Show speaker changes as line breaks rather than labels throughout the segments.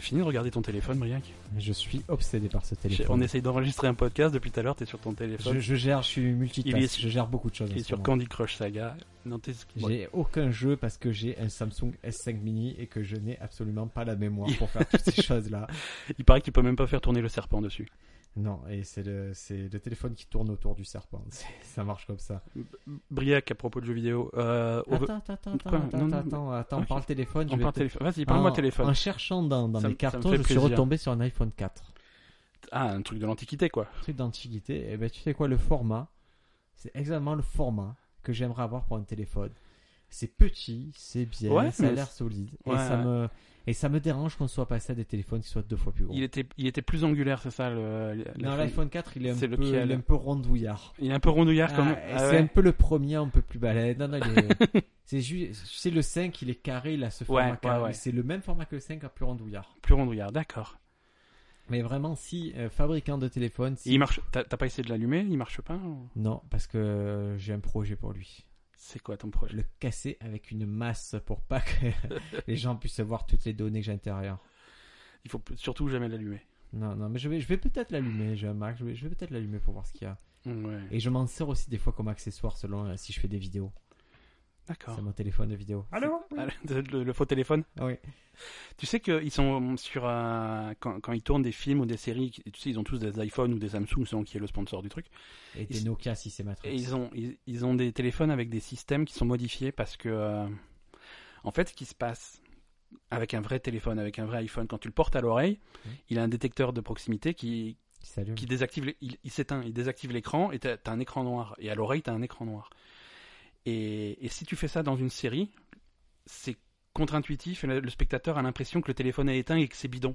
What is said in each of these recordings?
fini de regarder ton téléphone, Briac
Je suis obsédé par ce
J'ai-
téléphone.
On essaye d'enregistrer un podcast depuis tout à l'heure, t'es sur ton
je,
téléphone.
je gère, je suis multitask,
Il est-
je gère beaucoup de choses. en
T'es
ce
sur
moment.
Candy Crush Saga. Non, t'es- bon,
J'ai aucun jeu parce que j'ai un Samsung S5 mini et que je n'ai absolument pas la mémoire pour faire toutes ces choses-là.
Il paraît que tu peux même pas faire tourner le serpent dessus.
Non, et c'est le, c'est le téléphone qui tourne autour du serpent. C'est- Ça marche comme ça.
Briac, à propos de jeux vidéo, euh, on veut-
Attends, attends, attends,
Quoi
attends,
Non, non,
attends, attends, attends,
Ok.
parle téléphone. je
on
vais
parle
te- Ah,
téléphone. Vas-y, parle-moi
En-
téléphone.
En cherchant dans, dans
Ça
mes
me- ça me
cartons,
fait
je
plaisir.
suis retombé sur un iPhone 4.
Ah, un truc de l'antiquité, quoi.
Truc d'antiquité. Et ben, tu sais quoi, le format, c'est exactement le format que j'aimerais avoir pour un téléphone. C'est petit, c'est bien,
Ouais,
ça a
mais
l'air solide.
Ouais,
et, ça
ouais.
me, et ça me dérange qu'on soit passé à des téléphones qui soient deux fois plus gros.
Il était, il était plus angulaire, c'est ça le.
Non, l'iPhone 4, il est, un
C'est
peu,
lequel
il est un peu rondouillard.
Il est un peu rondouillard quand
Ah,
même.
et
Ah
c'est
ouais.
un peu le premier, un peu plus balèze. Non, non, il est- c'est juste, tu sais, le 5, il est carré, il a ce format
ouais,
carré.
ouais.
C'est le même format que le 5, un plus rondouillard.
Plus rondouillard, d'accord.
Mais vraiment, si euh, fabricant de téléphone,
Et
si...
Il marche. T'as t'as pas essayé de l'allumer Il marche pas ou-
non, parce que euh, j'ai un projet pour lui.
C'est quoi ton projet
Le casser avec une masse pour pas que les gens puissent voir toutes les données que j'ai à l'intérieur.
Il faut surtout jamais l'allumer.
Non, non, mais je vais, je vais peut-être l'allumer, j'ai un Mac, je vais, je vais peut-être l'allumer pour voir ce qu'il y a.
Ouais.
Et je m'en sers aussi des fois comme accessoire selon euh, si je fais des vidéos.
D'accord.
C'est mon téléphone de vidéo.
Allô Ah, Le, le- le faux téléphone.
Ah oui.
Tu sais qu'ils sont sur un- quand, quand ils tournent des films ou des séries, tu sais, ils ont tous des iPhones ou des Samsung, selon qui est le sponsor du truc.
Et des
Ils-
Nokia si c'est Matrix.
Et ils ont, ils, ils ont des téléphones avec des systèmes qui sont modifiés parce que, euh, en fait, ce qui se passe avec un vrai téléphone, avec un vrai iPhone, quand tu le portes à l'oreille,
Mhm.
il a un détecteur de proximité qui,
qui s'allument.
qui désactive, les- il, il s'éteint, il désactive l'écran et t'as t'as un écran noir. Et à l'oreille, t'as un écran noir. Et, et si tu fais ça dans une série, c'est contre-intuitif et le, le spectateur a l'impression que le téléphone est éteint et que c'est bidon.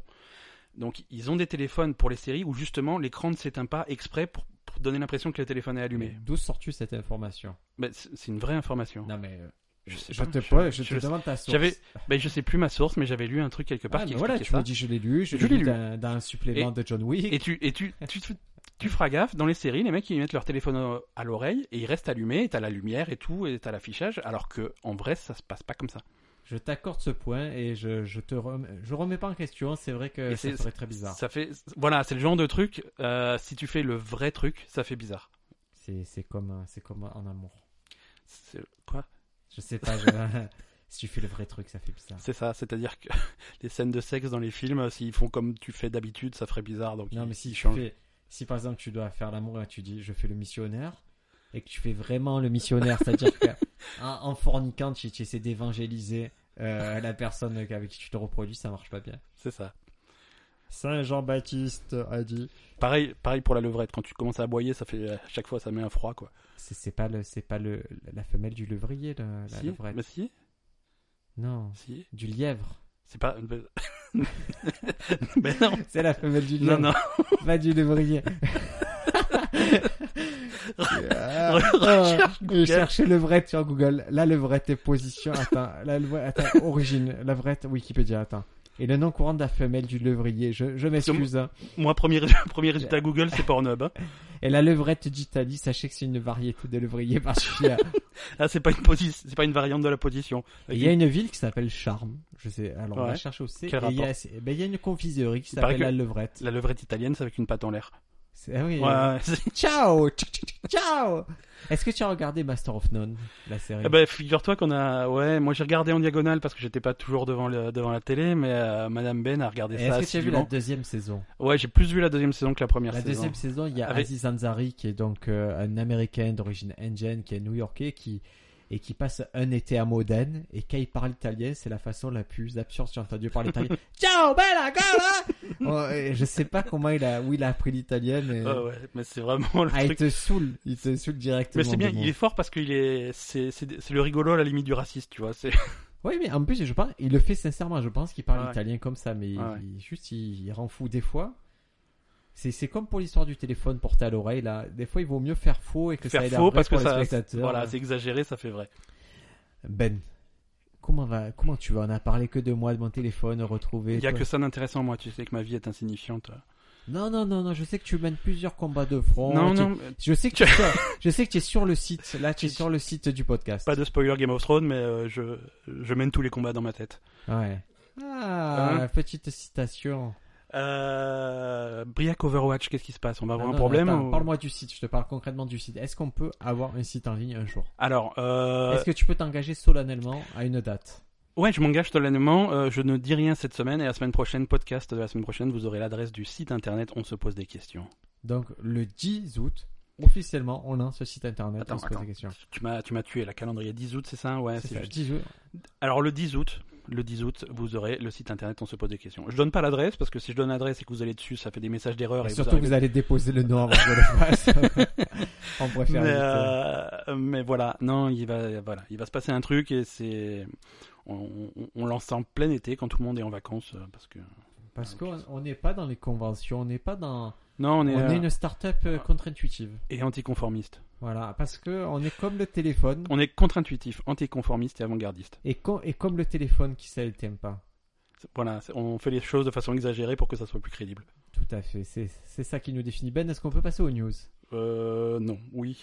Donc ils ont des téléphones pour les séries où justement l'écran ne s'éteint pas exprès pour, pour donner l'impression que le téléphone est allumé.
Mais D'où sors-tu cette information
Ben, c'est c'est une vraie information.
Non mais euh,
Je sais
je
pas,
te
je-
pose- je
je
te
le sais.
demande ta source.
J'avais- Ben, je sais plus ma source, mais j'avais lu un truc quelque part
Ah,
qui
mais voilà,
expliquait
tu me
ça.
dis je l'ai lu, je,
Je l'ai
l'ai lu
lu.
d'un d'un supplément de John Wick.
Et tu, et tu, tu, te- tu feras gaffe, dans les séries, les mecs ils mettent leur téléphone euh, à l'oreille et ils restent allumés, et t'as la lumière et tout, et t'as l'affichage, alors que en vrai ça se passe pas comme ça.
Je t'accorde ce point et je, je te rem- je remets pas en question. C'est vrai que
Et
ça
c'est-
serait très bizarre.
Ça fait, voilà, c'est le genre de truc, euh, si tu fais le vrai truc, ça fait bizarre.
C'est c'est comme euh, c'est comme en amour.
C'est quoi
Je sais pas. je- si tu fais le vrai truc, ça fait bizarre.
C'est ça, c'est-à-dire que les scènes de sexe dans les films, euh, s'ils font comme tu fais d'habitude, ça ferait bizarre. Donc
Non
ils-
mais si
ils
tu
changent.
fais, si par exemple tu dois faire l'amour et tu dis je fais le missionnaire et que tu fais vraiment le missionnaire, c'est-à-dire que hein, en, en forniquant tu, tu essaies d'évangéliser euh, la personne avec qui tu te reproduis, ça marche pas bien.
c'est ça.
Saint Jean-Baptiste a dit.
Pareil, pareil pour la levrette. Quand tu commences à aboyer, ça fait à chaque fois ça met un froid quoi.
C'est c'est pas le, c'est pas le, la femelle du levrier, le- la
si,
levrette.
mais si,
Non,
si.
du lièvre.
C'est pas. mais non.
C'est la femelle du
Non,
lièvre,
non,
pas du levrier. Ah,
recherche
ah,
Google.
Cherchez levrette sur Google. La levrette est position. Attends, la levrette, attends, origine. Levrette, Wikipédia, attends. Et le nom courant de la femelle du levrier. Je, je m'excuse. hein.
Moi, premier, premier résultat Google, c'est Pornhub. Hein.
Et la levrette d'Italie, sachez que c'est une variété de levrier particulière.
Là, c'est pas une position, c'est pas une variante de la position.
Et Il y a une ville qui s'appelle Charme. Je sais. Alors, on va
Ouais.
chercher aussi.
Quel
Et il, y a,
rapport
eh ben, il y a une confiserie qui
Il paraît
s'appelle
que-
la levrette.
La levrette italienne, c'est avec une patte en l'air.
C'est- ah oui,
Ouais,
euh,
ouais, c'est-
Ciao tchic, tchic, tchic, Ciao Est-ce que tu as regardé Master of None, la série
Eh ben, figure-toi qu'on a, ouais, moi j'ai regardé en diagonale parce que j'étais pas toujours devant le, devant la télé, mais euh, Madame Ben a regardé
Et
ça
Est-ce que tu as vu la
assidûment.
deuxième saison
Ouais, j'ai plus vu la deuxième saison que la première
La
saison. Ah
deuxième saison, il y a
Avec-
Aziz Ansari qui est donc euh, un Américain d'origine indienne qui est New-Yorkais qui et qui passe un été à Modène et quand il parle italien, c'est la façon la plus absurde que j'ai entendu parler italien. Ciao bella cara Oh, et Je sais pas comment il a où il a appris l'italien mais
Ouais, Ah ouais, mais c'est vraiment le
ah, il
Euh, truc.
te saoule, il te saoule directement.
Mais c'est bien,
des
il
mots.
est fort parce qu'il est, c'est, c'est, c'est le rigolo à la limite du raciste, tu vois. C'est,
Oui, mais en plus, je pense, il le fait sincèrement. Je pense qu'il parle
Ouais.
italien comme ça, mais il-
Ouais.
il, juste, il, il rend fou des fois. C'est, c'est comme pour l'histoire du téléphone porté à l'oreille, là. Des fois, il vaut mieux faire faux et que
faire
ça aide
faux
après
parce que
pour les
ça,
spectateurs.
voilà, c'est exagéré, ça fait vrai.
Ben, comment va, comment tu vas? On a parlé que de moi, de mon téléphone, retrouver.
Il y a
toi.
que ça d'intéressant, moi. Tu sais que ma vie est insignifiante.
Non, non, non, non, je sais que tu mènes plusieurs combats de front.
non,
Tu-
non,
Je sais que tu, es sur- je sais que tu es sur le site. Là, tu es sur le site du podcast.
Pas de spoiler Game of Thrones, mais euh, je, je mène tous les combats dans ma tête.
Ouais. Ah,
Hein
la petite citation.
Euh, Briac Overwatch, qu'est-ce qui se passe On va avoir
Ah Non,
un
non,
Ah problème
attends,
ou-
Parle-moi du site, je te parle concrètement du site. Est-ce qu'on peut avoir un site en ligne un jour
Alors, euh,
Est-ce que tu peux t'engager solennellement à une date
ouais, je m'engage solennellement. euh, je ne dis rien cette semaine et la semaine prochaine, podcast de la semaine prochaine, vous aurez l'adresse du site internet. On se pose des questions.
Donc, le 10 août, officiellement, on lance ce site internet.
Attends,
on se pose
attends.
des questions.
Tu m'as, tu m'as tué. La calendrier 10 août, c'est ça Ouais,
C'est
c'est
ça,
juste.
10 août.
Alors le 10 août, le 10 août, vous aurez le site internet. On se pose des questions. Je donne pas l'adresse parce que si je donne l'adresse et que vous allez dessus, ça fait des messages d'erreur.
Et
Et
surtout,
vous
vous
arrivez-
allez déposer le nom avant que je le fasse. on
mais,
préfère éviter.
euh, mais voilà, non, il va, voilà, il va se passer un truc et c'est, on, on- on lance ça en plein été quand tout le monde est en vacances euh, parce que.
Parce qu'on on n'est pas dans les conventions, on n'est pas dans.
Non, on
On
est, euh,
est une start-up euh, contre-intuitive.
et anticonformiste.
Voilà, parce que on est comme le téléphone.
On est contre-intuitif, anticonformiste et avant-gardiste.
Et, com- et comme le téléphone qui ça le t'aime pas.
C'est- Voilà, c'est- on fait les choses de façon exagérée pour que ça soit plus crédible.
Tout à fait, c'est c'est ça qui nous définit. Ben, est-ce qu'on peut passer aux news
Euh, non, oui.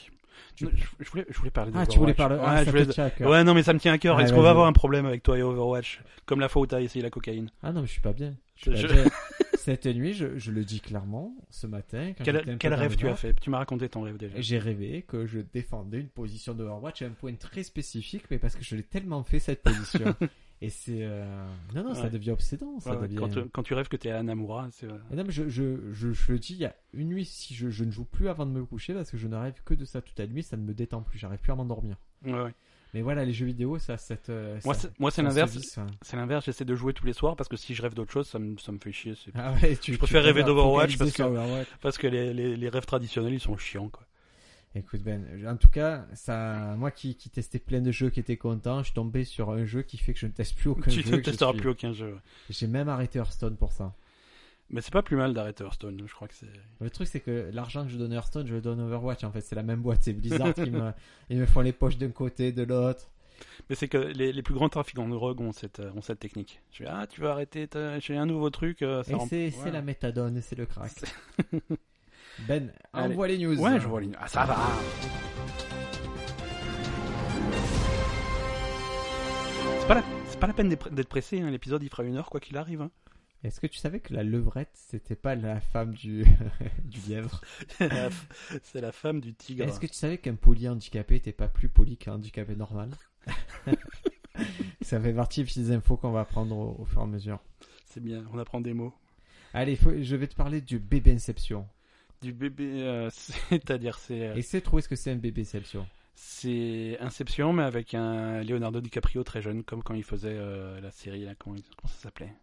Tu-
Non, Je, je voulais, je voulais parler
Ah,
d'Overwatch.
tu voulais parler.
Ouais,
Ah,
je
ça
voulais-
te tient à cœur.
Ouais, non, mais ça me tient à cœur.
Ouais,
Est-ce qu'on va
vas-y.
avoir un problème avec toi et Overwatch Comme la fois où t'as essayé la cocaïne.
Ah non, mais je suis pas bien.
Je-
Je suis pas bien. Cette nuit, je, je le dis clairement, ce matin. quand j'étais un
Quel,
peu
quel
dans le
rêve tu
noir,
as fait Tu m'as raconté ton rêve déjà.
J'ai rêvé que je défendais une position d'Overwatch à un point très spécifique, mais parce que je l'ai tellement fait cette position. Et c'est. euh, Non, non, ça
Ouais.
devient obsédant. Ça
Ouais, ouais,
devient...
quand, euh, tu- quand tu rêves que t'es à Anamura, c'est. euh,
Et non, mais je, je, je, je le dis, il y a une nuit, si je, je ne joue plus avant de me coucher, parce que je ne rêve que de ça toute la nuit, ça ne me détend plus, j'arrive plus à m'endormir.
ouais, ouais.
Mais voilà, les jeux vidéo, ça, cette. euh,
Moi,
ça-
c'est- moi, c'est
ça se
l'inverse.
visse, hein.
C'est l'inverse. J'essaie de jouer tous les soirs parce que si je rêve d'autre chose, ça me, ça me fait chier. c'est-
Ah ouais,
Je
tu, tu
préfère rêver d'Overwatch
focaliser
parce que-
sur Overwatch.
Parce que les, les- les rêves traditionnels, ils sont chiants, quoi.
Écoute Ben, en tout cas, ça, moi qui, qui testais plein de jeux, qui étais content, je suis tombé sur un jeu qui fait que je ne teste plus aucun
tu
jeu.
ne
que je
testeras
suis-
plus aucun jeu.
J'ai même arrêté Hearthstone pour ça.
Mais c'est pas plus mal d'arrêter Hearthstone, je crois que c'est.
Le truc c'est que l'argent que je donne à Hearthstone, je le donne à Overwatch. En fait, c'est la même boîte. C'est Blizzard qui me, ils me font les poches d'un côté, de l'autre.
Mais c'est que les, les plus grands trafiquants de drogue ont cette, euh, ont cette technique. Je fais, ah, tu vas arrêter, t'as- j'ai un nouveau truc. euh, ça
Et
rem-
c'est
Ouais.
c'est la méthadone, et c'est le crack. ben, envoie les news.
Ouais, je vois les- Ah, ça va C'est pas, la... c'est pas la peine d'être d'être pressé, hein, l'épisode il fera une heure quoi qu'il arrive. hein.
Est-ce que tu savais que la levrette, c'était pas la femme du du lièvre
c'est la femme du tigre.
Est-ce que tu savais qu'un polyhandicapé n'était pas plus poli qu'un handicapé normal Ça fait partie des petites infos qu'on va prendre au, au fur et à mesure.
C'est bien, on apprend des mots.
Allez, faut- je vais te parler du bébé Inception.
Du bébé, euh, c'est-à-dire c'est euh,
Essaie de trouver ce que c'est un bébé Inception.
c'est Inception mais avec un Leonardo DiCaprio très jeune comme quand il faisait euh, la série là comment, comment ça s'appelait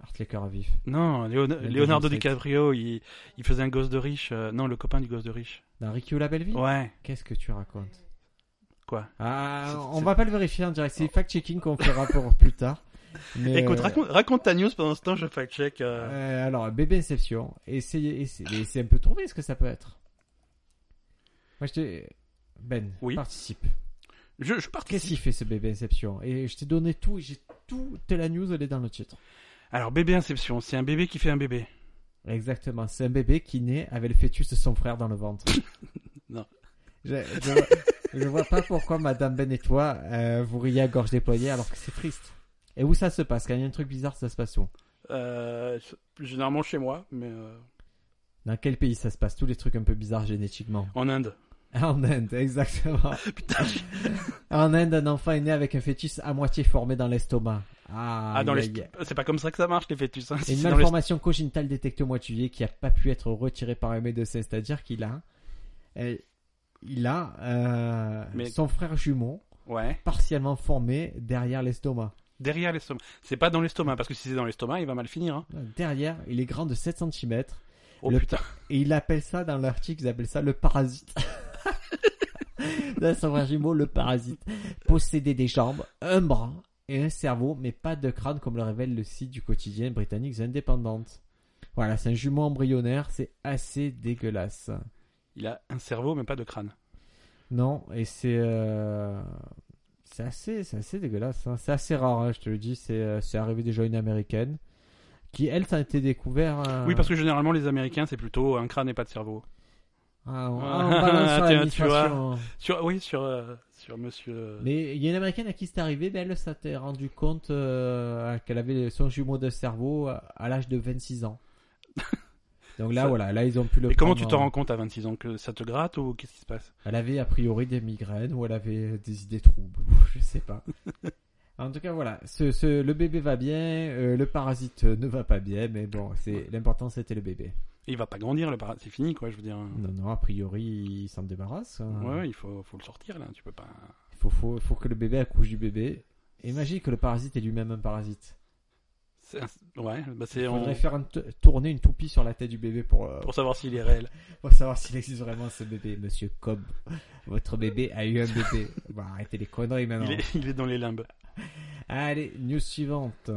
Art les cœurs à vif.
Non, Léon-
Le
Leonardo
2007.
DiCaprio, il, il faisait un gosse de riche. euh, non, le copain du gosse de riche.
Dans Ricky ou la belle vie
Ouais,
Qu'est-ce que tu racontes
quoi.
Ah,
C'est-
on
c'est-
va pas le vérifier en direct. C'est fact-checking qu'on fera pour plus tard. Mais
Écoute,
euh,
raconte, raconte ta news pendant ce temps, je fact-check. euh.
euh, alors, bébé Inception. Essayez, essayez, mais essayez un peu de trouver ce que ça peut être. Moi, je te... Ben,
Oui.
participe.
Je, je participe.
Qu'est-ce qu'il fait ce bébé Inception Et je t'ai donné tout, j'ai toute la news, elle est dans le titre.
Alors, bébé Inception, c'est un bébé qui fait un bébé.
Exactement, c'est un bébé qui naît avec le fœtus de son frère dans le ventre.
Non.
Je, je, vois- je vois pas pourquoi Madame Ben et toi, euh, vous riez à gorge déployée alors que c'est triste. Et où ça se passe Quand il y a un truc bizarre, ça se passe où
Euh, généralement chez moi, mais euh,
Dans quel pays ça se passe Tous les trucs un peu bizarres génétiquement.
en Inde.
En Inde, exactement.
Putain.
En Inde, un enfant est né avec un fœtus à moitié formé dans l'estomac. Ah,
Ah, dans
aïe,
les...
aïe, aïe.
C'est pas comme ça que ça marche, les fœtus. hein.
Et
Si
une
c'est dans les-
malformation congénitale détectée au mois de juillet qui n'a pas pu être retirée par un médecin, c'est-à-dire qu'il a, euh, il a euh,
Mais-
son frère jumeau
Ouais,
partiellement formé derrière l'estomac.
derrière l'estomac. C'est pas dans l'estomac, parce que si c'est dans l'estomac, il va mal finir. hein.
Derrière, il est grand de 7 cm
Oh
Le-
putain.
et il appelle ça dans l'article, ils appellent ça le parasite. Là, son frère jumeau, le parasite. Possédé des jambes, un bras et un cerveau, mais pas de crâne comme le révèle le site du quotidien britannique The Independent. Voilà, c'est un jumeau embryonnaire, c'est assez dégueulasse.
Il a un cerveau, mais pas de crâne.
Non, et c'est euh, c'est assez, c'est assez dégueulasse. hein. C'est assez rare, hein, je te le dis. C'est euh, c'est arrivé déjà à une américaine qui, elle, ça a été découvert. euh,
Oui, parce que généralement, les Américains, c'est plutôt un crâne et pas de cerveau.
Ah, on,
Ah,
ah, on balance sur
tiens, tu
l'administration.
Sur, oui, sur, euh, sur sur Monsieur.
Mais il y a une américaine à qui c'est arrivé, ben elle ça t'est rendu compte euh, qu'elle avait son jumeau de cerveau à l'âge de 26 ans. Donc là,
Ça-
voilà, là ils ont pu le.
Et comment tu
prendre
te
en-
rends compte à 26 ans que ça te gratte ou qu'est-ce qui se passe
Elle avait a priori des migraines ou elle avait des idées troubles, ou je sais pas. en tout cas, voilà, ce, ce- le bébé va bien, euh, le parasite ne va pas bien, mais bon, c'est l'important c'était le bébé.
Il va pas grandir, le para- c'est fini quoi, je veux dire. hein.
Non, non, a priori il s'en débarrasse. hein.
Mm. Ouais, ouais, il faut, faut le sortir là, tu peux pas.
Il faut, faut, faut que le bébé accouche du bébé. Et Imagine que le parasite est lui-même un parasite.
C'est un- Ouais, bah c'est
Il
en-
faudrait faire un t- tourner une toupie sur la tête du bébé pour, euh,
pour savoir s'il est réel.
pour savoir s'il existe vraiment ce bébé. Monsieur Cobb, votre bébé a eu un bébé. Bah, arrêtez les conneries maintenant.
Il est, il est dans les limbes.
Allez, news suivante.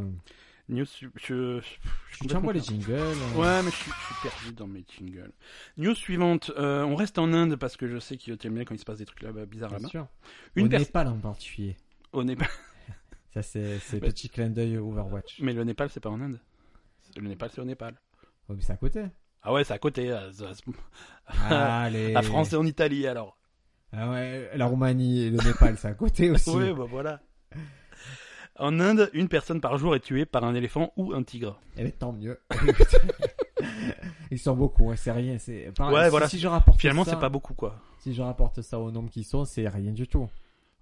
News, su- je, je, je suis
Tu tiens
complètement
moi les
perdu.
jingles. euh.
Ouais, mais je suis, je suis perdu dans mes jingles. News suivante. euh, on reste en Inde parce que je sais que t'aimes bien quand il se passe des trucs là-bas bizarres
Bien
là-bas.
sûr.
Une
Au
personne
Népal en particulier.
au Népal.
Ça, c'est c'est
Mais-
petit clin d'œil Overwatch.
Mais le Népal, c'est pas en Inde. Le Népal, c'est au Népal.
Oh, mais c'est à côté.
Ah ouais, c'est à côté. à- à-
Allez.
La France, c'est en Italie alors.
Ah ouais, la Roumanie et le Népal, c'est à côté aussi.
Oui, bah voilà. En Inde, une personne par jour est tuée par un éléphant ou un tigre.
Eh ben, tant mieux. Ils sont beaucoup, hein, c'est rien. C'est... par-
Ouais,
si,
voilà.
si je rapporte
Finalement,
ça-
c'est pas beaucoup quoi.
si je rapporte ça au nombre qu'ils sont, c'est rien du tout.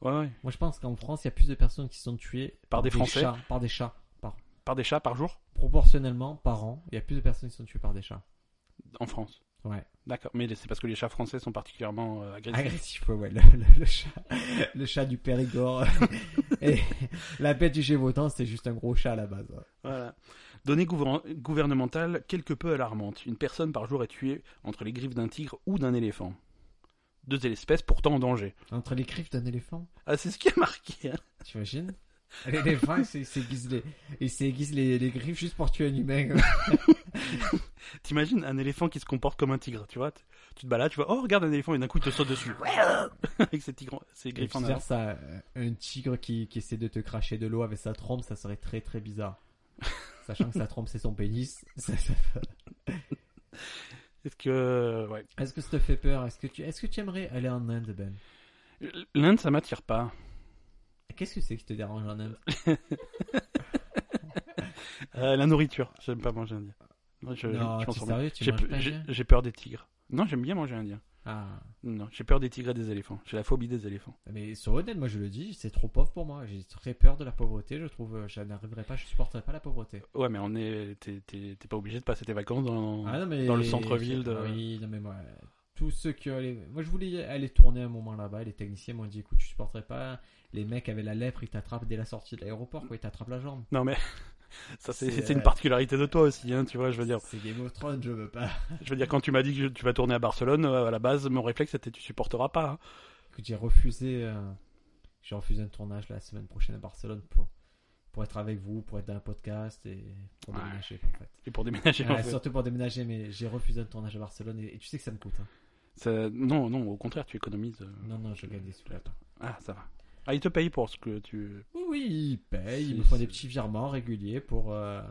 Ouais, ouais.
Moi, je pense qu'en France, il y a plus de personnes qui sont tuées
Par des Français.
chats, par des chats. Par...
Par des chats par jour
Proportionnellement, par an, il y a plus de personnes qui sont tuées par des chats.
En France.
Ouais.
D'accord. Mais c'est parce que les chats français sont particulièrement euh, agressifs.
Agressif, ouais, ouais, le, le- le chat, le chat du Périgord. Et la bête du Gévaudan, c'était juste un gros chat à la base. ouais.
Voilà. Données gouver- gouvernementales quelque peu alarmantes. Une personne par jour est tuée entre les griffes d'un tigre ou d'un éléphant. Deux espèces pourtant en danger.
Entre les griffes d'un éléphant,
Ah, c'est ce qui est marqué. hein.
t'imagines L'éléphant, il s'est- il s'aiguise les, il s'aiguise les, les griffes juste pour tuer un humain.
T'imagines un éléphant qui se comporte comme un tigre, tu vois t- Tu te balades, tu vois, oh regarde un éléphant et d'un coup il te saute dessus. Avec ses, tigres, ses
Et
griffes en
faire
avant.
ça, euh, un tigre qui, qui essaie de te cracher de l'eau avec sa trompe, ça serait très très bizarre. Sachant que sa trompe c'est son pénis. ça- ça-
Est-ce que. euh, Ouais.
Est-ce que ça te fait peur Est-ce que tu est-ce que tu aimerais aller en Inde, Ben
L'Inde, ça m'attire pas.
Qu'est-ce que c'est qui te dérange en Inde
Euh, la nourriture, j'aime pas manger indien. Moi, Euh, je-
Non,
je pense
t'es
en-
sérieux Tu
J'ai
manges
pe-
pas
j'ai-
bien
j'ai peur des tigres. Non, j'aime bien manger indien.
Ah,
Non, j'ai peur des tigres et des éléphants. J'ai la phobie des éléphants.
mais sur honnête, moi je le dis, c'est trop pauvre pour moi. J'ai très peur de la pauvreté. Je trouve, euh, je n'arriverai pas, je supporterai pas la pauvreté.
Ouais, mais on est, t'es, t'es- t'es pas obligé de passer tes vacances dans.
Ah, non, mais-
dans le centre-ville de-
Oui, non mais moi, tous ceux qui allaient, moi je voulais aller tourner un moment là-bas. et Les techniciens m'ont dit, écoute, tu supporterais pas. Les mecs avaient la lèpre, ils t'attrapent dès la sortie de l'aéroport, quoi, ils t'attrapent la jambe.
Non, mais ça c'est,
C'est,
c'est
euh,
une particularité de toi aussi, hein, tu vois. Je veux dire,
C'est Game of Thrones, je veux pas.
je veux dire quand tu m'as dit que je- tu vas tourner à Barcelone, euh, à la base, mon réflexe c'était tu supporteras pas. hein.
Écoute, j'ai refusé, euh, j'ai refusé un tournage la semaine prochaine à Barcelone pour pour être avec vous, pour être dans un podcast et pour
Ouais.
déménager en fait.
Et pour déménager. en
Ouais,
fait.
surtout pour déménager, mais j'ai refusé un tournage à Barcelone et, et tu sais que ça me coûte. hein.
Ça- non, non, au contraire, tu économises. euh.
Non, non, je gagne des sous là.
Ah, ça va. Ah, ils te payent pour ce que tu.
Oui, Oui, ils payent,
Si,
ils me font
si.
des petits virements réguliers pour. euh,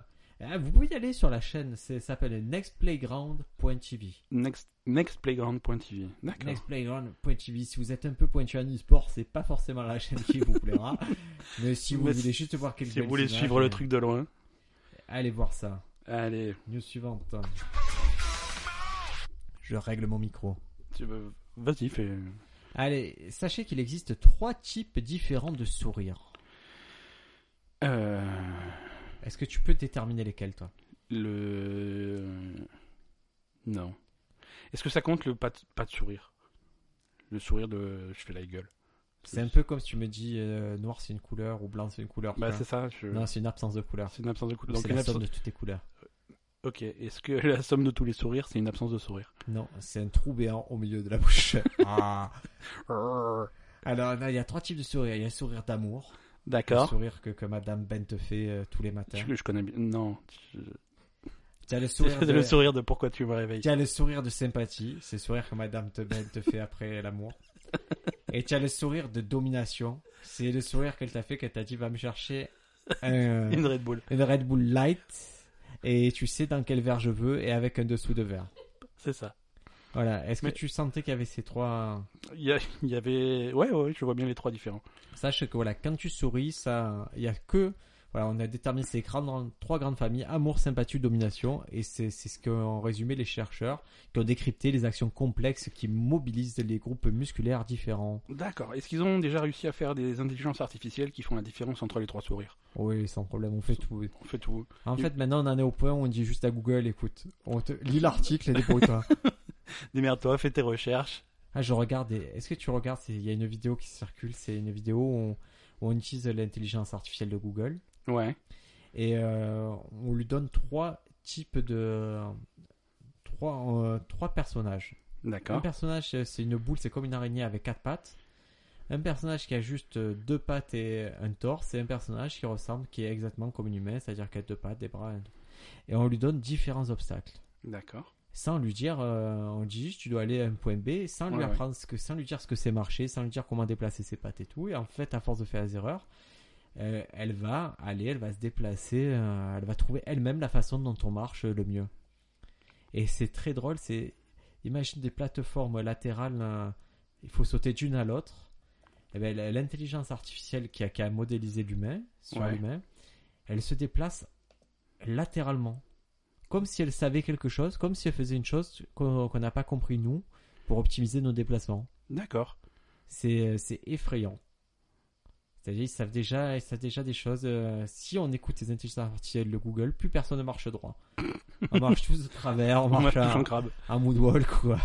ah, vous pouvez y aller sur la chaîne, c'est- ça s'appelle nextplayground.tv.
Next, nextplayground.tv. D'accord.
Nextplayground.tv. Si vous êtes un peu pointu en e-sport, c'est pas forcément la chaîne qui vous plaira. mais si vous
Mais
voulez
si-
juste voir quelques
si vous
belles
voulez
images,
suivre
euh,
le truc de loin,
Allez voir ça.
allez.
News suivante. Je règle mon micro.
Tu veux- Vas-y, fais.
Allez, sachez qu'il existe trois types différents de sourires.
Euh,
Est-ce que tu peux déterminer lesquels, toi
le. Non. Est-ce que ça compte le pas de, pas de sourire Le sourire de. Je fais la gueule.
C'est un peu comme si tu me dis euh, noir c'est une couleur ou blanc c'est une couleur.
Bah,
tu vois.
c'est ça. je-
Hein? Non, c'est une absence de couleur.
C'est une absence de couleur.
C'est
Donc, une
la somme
absence-
de toutes les couleurs.
Ok. Est-ce que la somme de tous les sourires, c'est une absence de sourire
Non, c'est un trou béant au milieu de la bouche. ah. Alors, non, il y a trois types de sourires. Il y a le sourire d'amour, le
D'accord.
sourire que, que Madame Ben te fait euh, tous les matins.
Je, je connais bien. Non. Je-
Il y a le sourire
C'est
de,
le sourire de pourquoi tu me réveilles.
il y a le sourire de sympathie, c'est le sourire que Madame te Ben te fait après l'amour. Et tu as le sourire de domination, c'est le sourire qu'elle t'a fait qu'elle t'a dit va me chercher un,
Une Red Bull.
une Red Bull Light et tu sais dans quel verre je veux et avec un dessous de verre.
C'est ça.
Voilà. Est-ce que
Mais-
tu sentais qu'il y avait ces trois.
Il y, a- il y avait. Ouais, ouais, je vois bien les trois différents.
Sache que voilà, quand tu souris, ça, il y a que, voilà, on a déterminé ces grandes- trois grandes familles amour, sympathie, domination, et c'est c'est ce qu'ont résumé les chercheurs qui ont décrypté les actions complexes qui mobilisent les groupes musculaires différents.
D'accord. Est-ce qu'ils ont déjà réussi à faire des intelligences artificielles qui font la différence entre les trois sourires
Oui, sans problème, on fait tout.
On fait tout.
En
Et-
fait, maintenant, on en est au point où on dit juste à Google, écoute, on te lit l'article et débrouille-toi.
Démerde-toi, fais tes recherches.
ah, je regarde. et- Est-ce que tu regardes c'est- Il y a une vidéo qui circule. C'est une vidéo où on, où on utilise l'intelligence artificielle de Google.
Ouais.
et euh, on lui donne trois types de trois euh, trois personnages. Un
D'accord.
personnage euh, c'est une boule, c'est comme une araignée avec quatre pattes. Un personnage qui a juste euh, deux pattes et un torse, et un personnage qui ressemble, qui est exactement comme une humaine, c'est-à-dire qui a deux pattes, des bras. un- Et on lui donne différents obstacles.
D'accord.
Sans lui dire, euh, on dit juste tu dois aller à un point B, sans lui
Ouais,
apprendre ce que, sans lui dire ce que c'est marcher, sans lui dire comment déplacer ses pattes et tout. Et en fait, à force de faire des erreurs, euh, elle va aller, elle va se déplacer, euh, elle va trouver elle-même la façon dont on marche le mieux. Et c'est très drôle, c'est imagine des plateformes latérales, euh, il faut sauter d'une à l'autre. Et ben, la- l'intelligence artificielle qui a, qui a modélisé l'humain sur
Ouais.
l'humain, elle se déplace latéralement, comme si elle savait quelque chose, comme si elle faisait une chose qu'on qu'on n'a pas compris nous pour optimiser nos déplacements.
D'accord.
C'est euh, c'est effrayant. C'est-à-dire ils savent déjà, ils savent déjà des choses. euh, si on écoute les intelligences artificielles de Google, plus personne ne marche droit. On marche tous de travers, on
On va
marche
toujours
à,
en crabe.
à moonwalk quoi.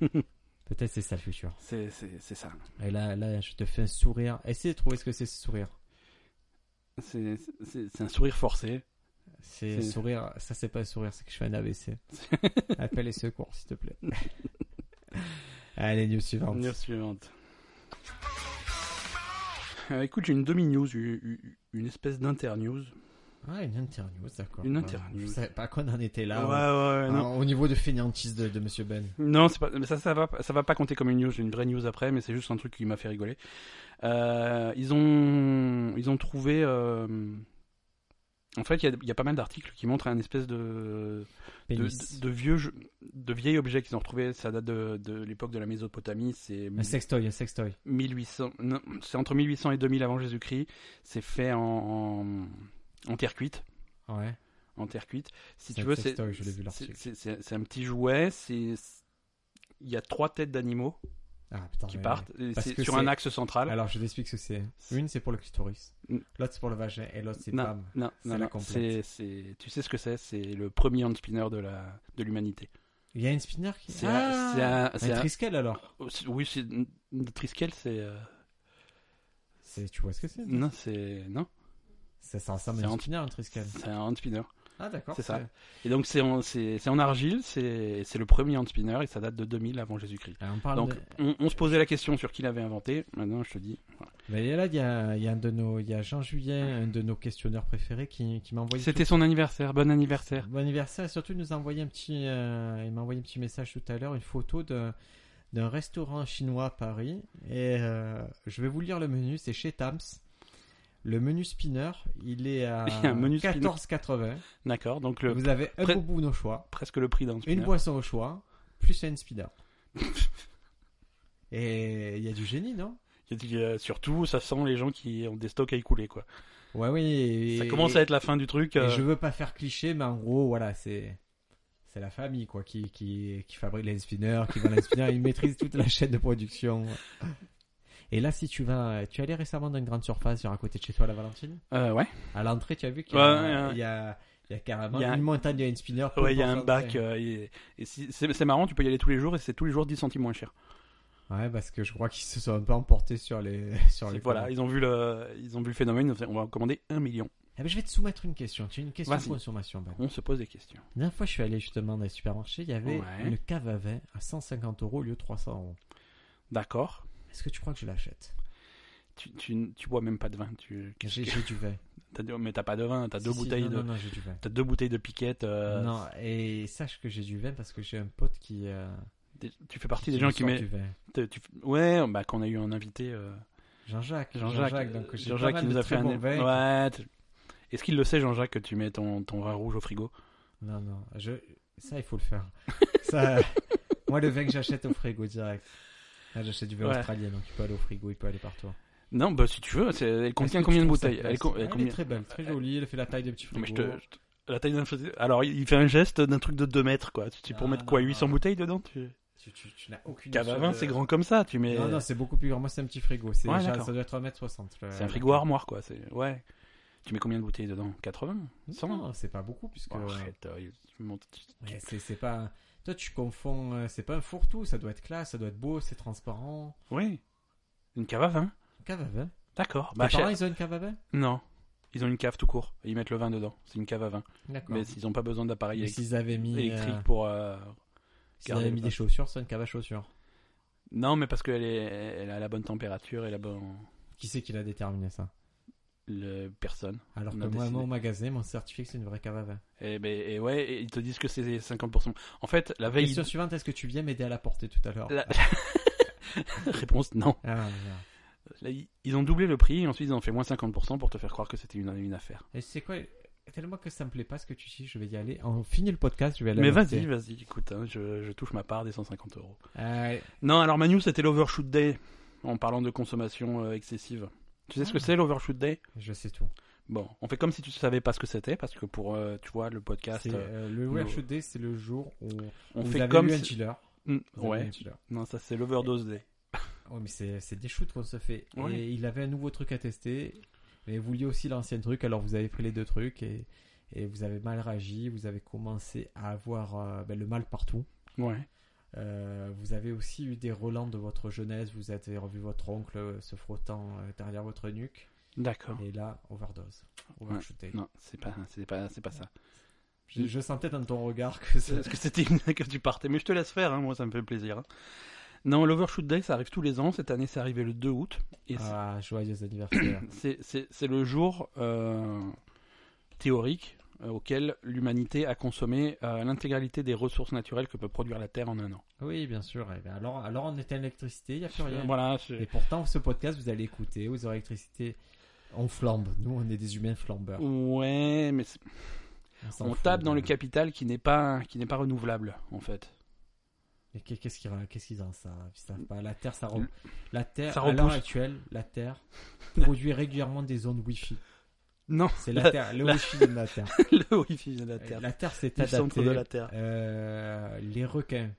Peut-être c'est ça le futur.
C'est c'est- c'est ça.
Et là, là, je te fais un sourire. Essaye de trouver ce que c'est ce sourire.
C'est c'est- c'est un sourire forcé.
C'est
C'est-
sourire, ça c'est pas un sourire, c'est que je fais un AVC. Appelle les secours, s'il te plaît. Allez, news suivante.
News suivante. Euh, écoute, j'ai une demi-news, u- u- une espèce d'inter-news.
Ah, une internews, d'accord.
Une
Ouais,
internews.
Je savais pas qu'on en était là. hein.
ouais, ouais,
Ah,
non.
Au niveau de fainéantise de, de Monsieur Ben.
Non, c'est pas, mais ça, ça va, ça va pas compter comme une news. J'ai une vraie news après, mais c'est juste un truc qui m'a fait rigoler. Euh, ils ont, ils ont trouvé. euh, en fait, il y a- il y, a pas mal d'articles qui montrent un espèce de de,
Pénis.
de vieux, jeux- de vieil objet qu'ils ont retrouvé. Ça date de, de l'époque de la Mésopotamie. C'est
Un sextoy, un sextoy.
1800. non, C'est entre 1800 et 2000 avant Jésus-Christ. C'est fait en, en, en terre cuite.
Ouais.
En terre cuite. Si
C'est
tu
un
veux, c'est
sextoy, je l'ai vu
c'est-
l'article.
c'est- c'est- c'est un petit jouet. C'est il y a trois têtes d'animaux
Ah putain.
qui
mais-
partent et
Parce
c'est
que
sur un
c'est- Ah,
axe central.
Alors je t'explique ce que c'est. Une c'est pour le clitoris,
Mm.
l'autre c'est pour le vagin et l'autre c'est
non,
Pam.
non,
c'est
non,
la
non,
complète.
c'est- c'est- tu sais ce que c'est C'est le premier handspinner de la de l'humanité.
Il y a une spinner qui. Ah
C'est un- c'est un- c'est
un
un-
triskel alors.
Oh, c'est- Oui, c'est le Triskel, c'est euh,
C'est- Tu vois ce que c'est
non, c'est non,
Ça, ça ressemble
C'est
à
un-
une spinner, un triskel.
c'est un handspinner.
Ah d'accord.
C'est ça. Et donc c'est en c'est c'est en argile, c'est c'est le premier handspinner et ça date de 2000 avant Jésus-Christ.
Ah, on parle
Donc
de-
on, on se posait la question sur qui l'avait inventé. Maintenant, je te dis. voilà.
Mais là, il y a, il y a un de nos, il y a Jean Julien, un de nos questionneurs préférés, qui, qui m'a envoyé.
C'était son anniversaire. Bon anniversaire.
Bon anniversaire. Et surtout, il nous a envoyé un petit, euh, il m'a envoyé un petit message tout à l'heure, une photo de- d'un restaurant chinois à Paris. Et euh, je vais vous lire le menu. C'est chez Tams. Le menu spinner, il est à
Il y a un menu spinner.
14,80.
D'accord. Donc le,
Vous avez un
Pré-
boubou au choix,
presque le prix d'un
une
spinner.
boisson au choix, plus un spinner. Et il y a du génie, non
Il dit, euh, surtout, ça sent les gens qui ont des stocks à écouler quoi.
Ouais, oui. et-
Ça commence à être la fin du truc.
Et
euh,
je veux pas faire cliché, mais en gros, voilà, c'est c'est la famille quoi qui qui qui fabrique les spinners, qui vend les spinners, ils maîtrisent toute la chaîne de production. Et là, si tu vas, tu es allé récemment dans une grande surface, genre à côté de chez toi, la Valentine.
euh, ouais.
À l'entrée, tu as vu qu'il y, a-
Ouais, ouais, ouais.
il y a il y a carrément
Il y a un-
une montagne de spinner.
Ouais, il y a un bac. euh, et, et si- c'est c'est marrant, tu peux y aller tous les jours et c'est tous les jours 10 centimes moins cher.
Ouais, parce que je crois qu'ils se sont un peu emportés sur les sur les.
Voilà,
commandes.
ils ont vu le, ils ont vu le phénomène. ils ont fait, On va en commander un million.
Ah, mais je vais te soumettre une question. Tu as une question de
Vas-y.
consommation. Ben.
On se pose des questions.
La dernière fois, je suis allé justement dans les supermarchés, il y avait
Ouais.
une cave à vin à 150 euros au lieu de 300 euros.
D'accord.
Est-ce que tu crois que je l'achète
Tu, tu, tu bois même pas de vin. Tu, qu'est-ce
J'ai
que-
j'ai du vin.
t'as deux- mais t'as pas de vin. T'as deux
Si, si,
bouteilles
non,
de,
Non, non, j'ai du vin.
t'as deux bouteilles de piquette. euh,
Non, et sache que j'ai du vin parce que j'ai un pote qui. euh,
des- tu fais partie
qui
des gens qui
me sort
met.
du vin.
te- tu- ouais, bah quand on a eu un invité, euh,
Jean-Jacques.
Jean-Jacques,
Jean-Jacques, donc
euh,
j'ai
Jean-Jacques
pas mal
qui nous
de
a
très
fait un.
bons vins.
Ouais, t- Est-ce qu'il le sait, Jean-Jacques, que tu mets ton, ton vin rouge au frigo
Non, non, je... ça il faut le faire. ça, Moi, le vin que j'achète au frigo direct. Là, j'achète du vin
Ouais.
australien, donc il peut aller au frigo, il peut aller partout.
Non, bah si tu veux, c'est- elle contient
Est-ce que
combien
tu
de
trouves ça
bouteilles
classe
elle, co- elle
Elle
combien-
est très belle, très jolie, elle fait la taille de petit frigo.
Mais je te- je te- La taille d'un frigo- Alors, il il fait un geste d'un truc de 2 mètres, quoi. Tu, tu pour
Non,
mettre
non,
quoi
non.
800 bouteilles dedans tu...
Tu, tu- tu n'as aucune
Cave à
notion
vin,
de-
c'est grand comme ça. Tu mets...
Non, non, c'est beaucoup plus grand. Moi, c'est un petit frigo. C'est
Ouais,
déjà-
d'accord.
ça doit être 1m60. le-
c'est un frigo armoire, quoi. C'est... Ouais. Tu mets combien de bouteilles dedans 80 100
Non, c'est pas beaucoup, puisque.
Oh, Arrête, euh, tu montes- tu- tu-
Ouais, c'est, c'est pas. Toi, tu confonds. euh, C'est pas un fourre-tout. Ça doit être classe, ça doit être beau, c'est transparent.
Oui. Une cave à vin
Une Cave à vin.
D'accord.
Bah,
Bah,
parents,
chez-
ils ont une cave à vin
Non. Ils ont une cave tout court. Ils mettent le vin dedans. C'est une cave à vin.
D'accord.
Mais ils n'ont pas besoin d'appareil
Mais
élec-
s'ils avaient mis,
électrique
euh,
pour. euh,
s'ils avaient
garder
mis
le
des
vin.
chaussures, c'est une cave à chaussures.
Non, mais parce qu'elle est... elle a la bonne température et la bonne.
Qui c'est qui l'a déterminé ça
Le... Personne.
Alors que
On a
moi,
décidé.
moi, au magasin, mon certificat, c'est une vraie cave à vin.
Et, ben, et ouais, et ils te disent que c'est 50%. En fait, la veille. Euh.
Question suivante est-ce que tu viens m'aider à la porter tout à l'heure
La- Réponse non.
Ah, merde.
Là, ils- ils ont doublé le prix et ensuite ils ont fait moins 50% pour te faire croire que c'était une, une affaire.
Et c'est quoi Tellement que ça me plaît pas ce que tu dis, je vais y aller. On finit le podcast, je vais aller.
Mais
acheter.
vas-y, vas-y, écoute, hein, je, je touche ma part des 150 euros.
Allez.
Non, alors Manu, c'était l'overshoot day en parlant de consommation euh, excessive. Tu sais ce que
Ah.
c'est l'overshoot day
je sais tout.
Bon, on fait comme si tu savais pas ce que c'était parce que pour, euh, tu vois, le podcast,
C'est,
euh,
euh, le
nous-
Weird Day, c'est le jour où
on
vous
fait
avez
comme
eu un
si...
dealer.
Hmm,
Vous avez eu un
Ouais,
dealer.
non, ça c'est l'overdose day.
Ouais, mais c'est c'est des shoots qu'on se fait.
Ouais.
Et il avait un nouveau truc à tester, mais vous vouliez aussi l'ancien truc, alors vous avez pris les deux trucs et, et vous avez mal réagi, vous avez commencé à avoir euh, ben, le mal partout.
Ouais,
Euh, vous avez aussi eu des relents de votre jeunesse, vous avez revu votre oncle se frottant euh, derrière votre nuque,
d'accord.
et là, overdose. Overshooté.
Non, c'est pas, c'est pas, c'est pas ça.
Je, je sentais dans ton regard que ça-
Parce que c'était une que tu partais. Mais je te laisse faire, hein, moi ça me fait plaisir. hein. Non, l'Overshoot Day, ça arrive tous les ans. Cette année, c'est arrivé le 2 août. Et c'est-
Ah, joyeux anniversaire.
c'est- c'est c'est le jour euh, théorique euh, auquel l'humanité a consommé euh, l'intégralité des ressources naturelles que peut produire la Terre en un an.
oui, bien sûr. Eh bien, alors, alors on éteint l'électricité, il n'y a plus rien.
Voilà, c'est-
Et pourtant, ce podcast, vous allez écouter, vous aurez l'électricité. On flambe. Nous, on est des humains flambeurs.
Ouais, mais c'est-
s'en
on
fout,
tape dans
hein.
le capital qui n'est pas qui n'est pas renouvelable en fait.
Mais qu'est- qu'est-ce qu'ils qu'est-ce qu'ils en savent Ils savent pas. La Terre, ça rem- La Terre,
Ça
à l'heure
repousse.
actuelle, la Terre produit régulièrement des zones Wi-Fi.
Non,
C'est la,
La-
Terre, le
la-
Wi-Fi de la Terre.
le Wi-Fi de la Terre,
La Terre s'est
le centre
adaptée.
de la Terre.
Euh, les requins.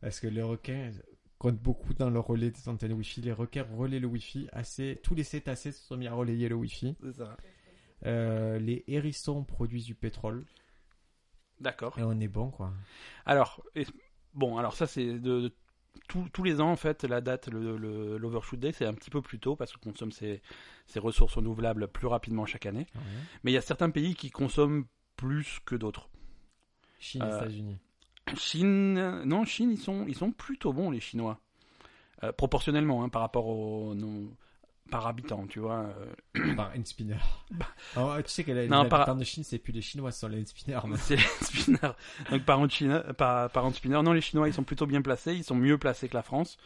Parce que les requins comptent beaucoup dans le relais des antennes Wi-Fi. Les requins relaient le Wi-Fi. Assez... Tous les cétacés se sont mis à relayer le Wi-Fi.
C'est ça.
Euh, les hérissons produisent du pétrole.
D'accord.
Et on est bon, quoi.
Alors, et- bon, alors ça c'est de, de- tous- tous les ans en fait la date, le- le- l'overshoot day, c'est un petit peu plus tôt parce qu'on consomme ces, ces ressources renouvelables plus rapidement chaque année.
Ah
Mais il y a certains pays qui consomment plus que d'autres.
Chine,
Euh,
États-Unis.
Chine, euh, non, Chine ils sont ils sont plutôt bons les Chinois Euh, proportionnellement hein, par rapport au non, par habitant, tu vois. euh,
Par Bah, une spinner. Oh, tu sais que les
Bah. Non,
les
par- Ah
habitants de Chine, c'est plus les Chinois, ce sont les spinners. maintenant.
C'est les spinners. Donc par an China- par, par an spinner. Non, les Chinois, ils sont plutôt bien placés. Ils sont mieux placés que la France.